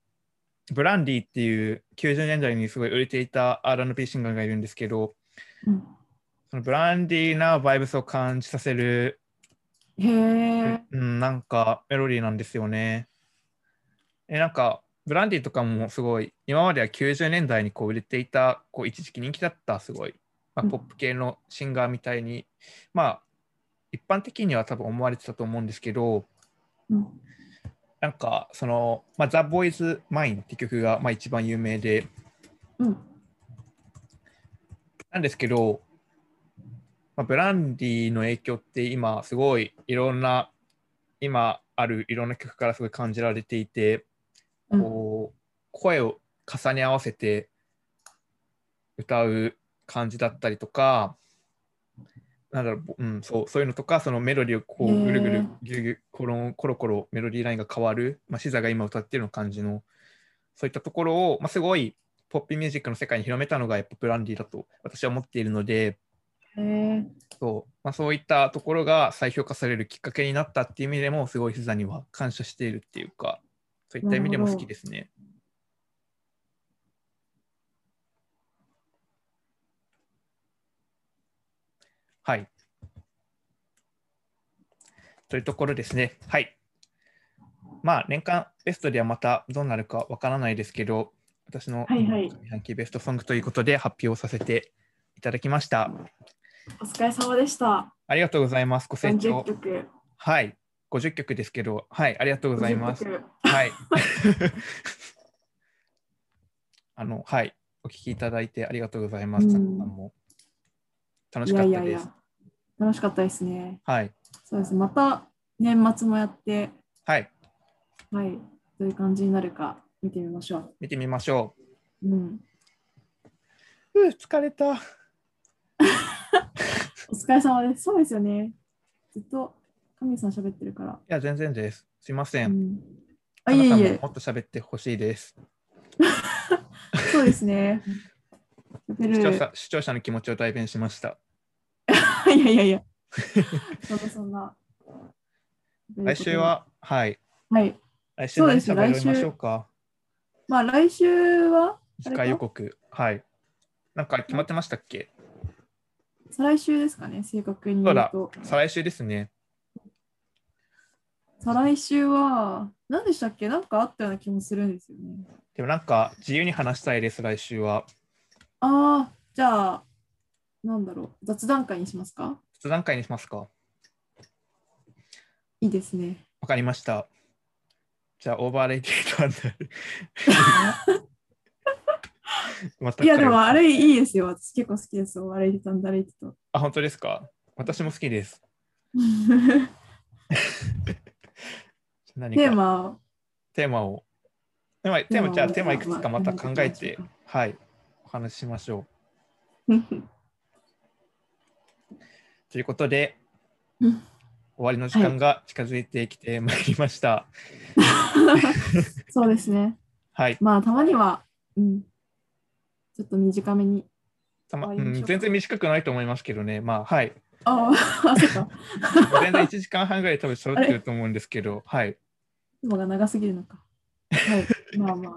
ブランディっていう90年代にすごい売れていた R&B シンガーがいるんですけど、
うん、
そのブランディーなバイブスを感じさせる、
へえ、
うん、なんかメロディーなんですよね。え、なんか、ブランディとかもすごい、今までは90年代にこう売れていた、こう一時期人気だった、すごい、まあ、
うん
ポップ系のシンガーみたいに、まあ、一般的には多分思われてたと思うんですけど、
うん
なんかその、まあ、ザ・ボーイズ・マインって曲がまあ一番有名で、
うん、
なんですけど、まあ、ブランディの影響って今すごいいろんな、今あるいろんな曲からすごい感じられていて、
うん、
こう声を重ね合わせて歌う感じだったりとか、なんだろう、うん、そうそういうのとか、そのメロディーをこ
へ
う
ー
ぐるぐるぎゅうぎゅうこのコロコロメロディーラインが変わる、まあ、シザが今歌ってるの感じの、そういったところを、まあ、すごいポップミュージックの世界に広めたのがやっぱブランディだと私は思っているので、
へえ、
そうまあ、そういったところが再評価されるきっかけになったっていう意味でも、すごいシザには感謝しているっていうか、そういった意味でも好きですね。はい。というところですね。はい。まあ、年間ベストではまたどうなるかわからないですけど、私の
はいはい
上半期ベストソングということで発表させていただきました。
お疲れ様でした。
ありがとうございます。ご清
30
聴。
曲。
はい。50曲ですけど、はい、ありがとうございます。
50曲
はい。
(laughs)
あの、はい。お聞きいただいてありがとうございます。
うん
さんも楽し
い
かっ
やい
た
やい
です
や。、楽しかったですね。
はい。
そうです。また年末もやって、
はい。
はい、どういう感じになるか見てみましょ
見てみましょ
う。うん、
う。うう疲れた。
お疲れ様です。そうですよね。ずっと神さん喋ってるから。
いや、全然です。すいませ。
うんん、
あ
あ、いえ
ないたも
え
も、っと喋ってほしいです。
そうですね。喋
視聴
る
者視聴者の気持ちを代弁しました。
いやい
(laughs)
やいや。そんなそんな。
来週は、はい。
はい。
来週何
そうですね
喋りましょうか。
まあ来週は、週
次回予告。はい。なんか決まってましたっけ
再来週ですかね、正確に言うと。
再来週ですね。
再来週は、何でしたっけなんかあったような気もするんですよね。
でもなんか自由に話したいです、来週は。
ああ、じゃあ、なんだろう、雑談会にしますか
雑談会にしますか。
いいですね。
(laughs) わかりました。じゃあ、オーバーレイティートになる。 (laughs) また
いや、でもあ
彼
れいいですよ。私結構好きですよ。あれ言ってたんだ、あれ言ってた。
あ、本当ですか私も好きです。 (laughs)
(laughs)
何か
テーマを。
テーマを。テーマ、テーマじゃあ、テー
テー
マ
マ
い
を
くつかまた考えて
ま、
はい、お話ししましょう。ということで、
うん
終わりの時間が近づいてきてまいりました。
(laughs) そうですね。
はい。
まあ、たまには、うん、ちょっと短めに。
たま
終わ
う、
りましょうんか
全然短くないと思いますけどね、まあ、はい。
あー (laughs) あ、そうか。
全然1時間半ぐらい多分喋ってると思うんですけど、はい。
いつもが長すぎるのか。はい。まあま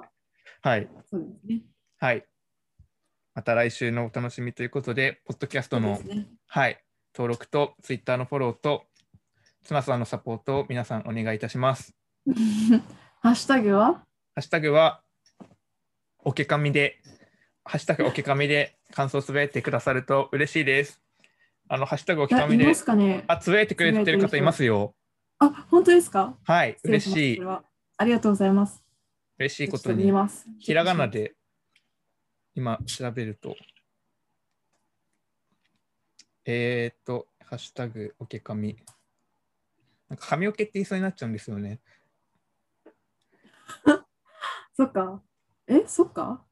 あ、
はい。
そうですね。
はい。また来週のお楽しみということで、ポッドキャストの、
そうですね
はい、登録とツイッターのフォローと、ツナさんのサポートを皆さんお願いいたします。
ハッシュタグは
ハッシュタグは、おけかみで、ハッシュタグおけかみで感想をつぶやいてくださると嬉しいです。あの、ハッシュタグおけか
あい
みで
ま、すかね
あ、つぶやいてくれてる方いますよ。
あ、本当ですか
はい、
失礼
嬉
しま
し
す
い
それ、はありがとうございます。
嬉しいこと
ちょっ見
に、
ます。
ひらがな。で今調べると、えーっと、ハッシュタグおけかみ。なんか髪おけって言いそうになっちゃうんですよね。
そっか。え、そっか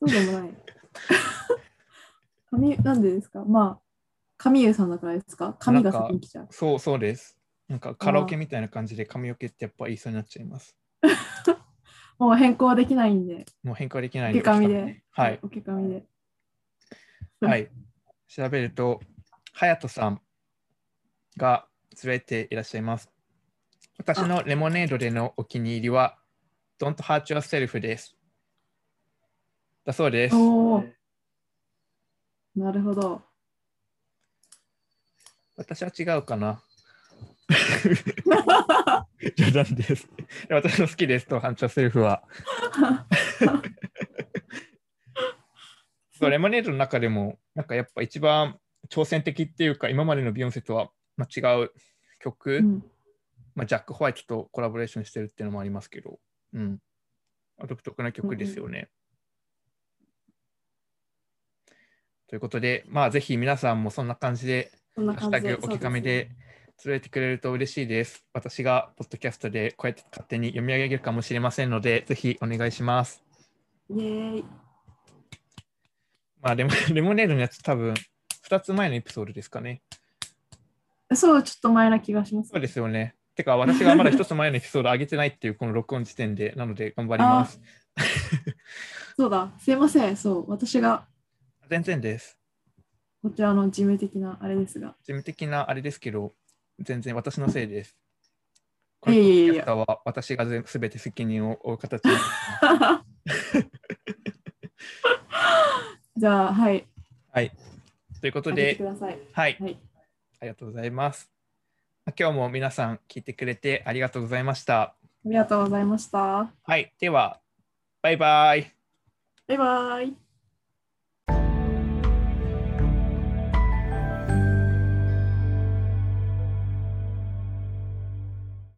そうでもない。髪、なんでですかまあ、髪ゆさんだからですか髪が先に来ちゃう。
そうそうです。なんかカラオケみたいな感じで髪おけってやっぱ言いそうになっちゃいます。
もう変更できないんで、
もう変更できないん
おけかみ
おけかみ
で
ね。はい。
おけかみで。うん
はい。調べると、はやとさんが連れていらっしゃいます。私のレモネードでのお気に入りは、Don't hurt yourself です。だそうです。
おお。なるほど。
私は違うかな。 (laughs) 冗談です。私の好きですと、ハンチョセルフ (laughs) は。そうレモネードの中でも、なんかやっぱ一番挑戦的っていうか、今までのビヨンセとはまあ違う曲、
うん
まあ、ジャック・ホワイトとコラボレーションしてるっていうのもありますけど、うん、まあ独特な曲ですよね。ということで、まあ、ぜひ皆さんもそんな感じで
そんな
ハッシ
感
ュ
じ
タ
で
グおきかみでつぶやいてくれると嬉しいです。私がポッドキャストでこうやって勝手に読み上げるかもしれませんので、ぜひお願いします。
そうですねイエーイ。
まあ、レモ (laughs) レモネードのやつ多分2つ前のエピソードですかね。
そう、ちょっと前な気がします。
そうですよね。てか私がまだ1つ前のエピソード上げてないっていうこの録音時点で、なので頑張ります。
そうだ、すいません。そう、私が
全然です。
こちらの事務的なあれで
(laughs)
すが。 (laughs)
事務的なあれですけど、全然私のせいです。
いやいやい
キャス
や。
ターは私が全全て責任を負う形に
じゃあ、はい。
はい。ということ
上げてく
で、
ださい。
はい。
はい。
ありがとうございます。今日も皆さん聞いてくれてありがとうございました。
ありがとうございました。
はい。では、バイバイ。
バイバイ。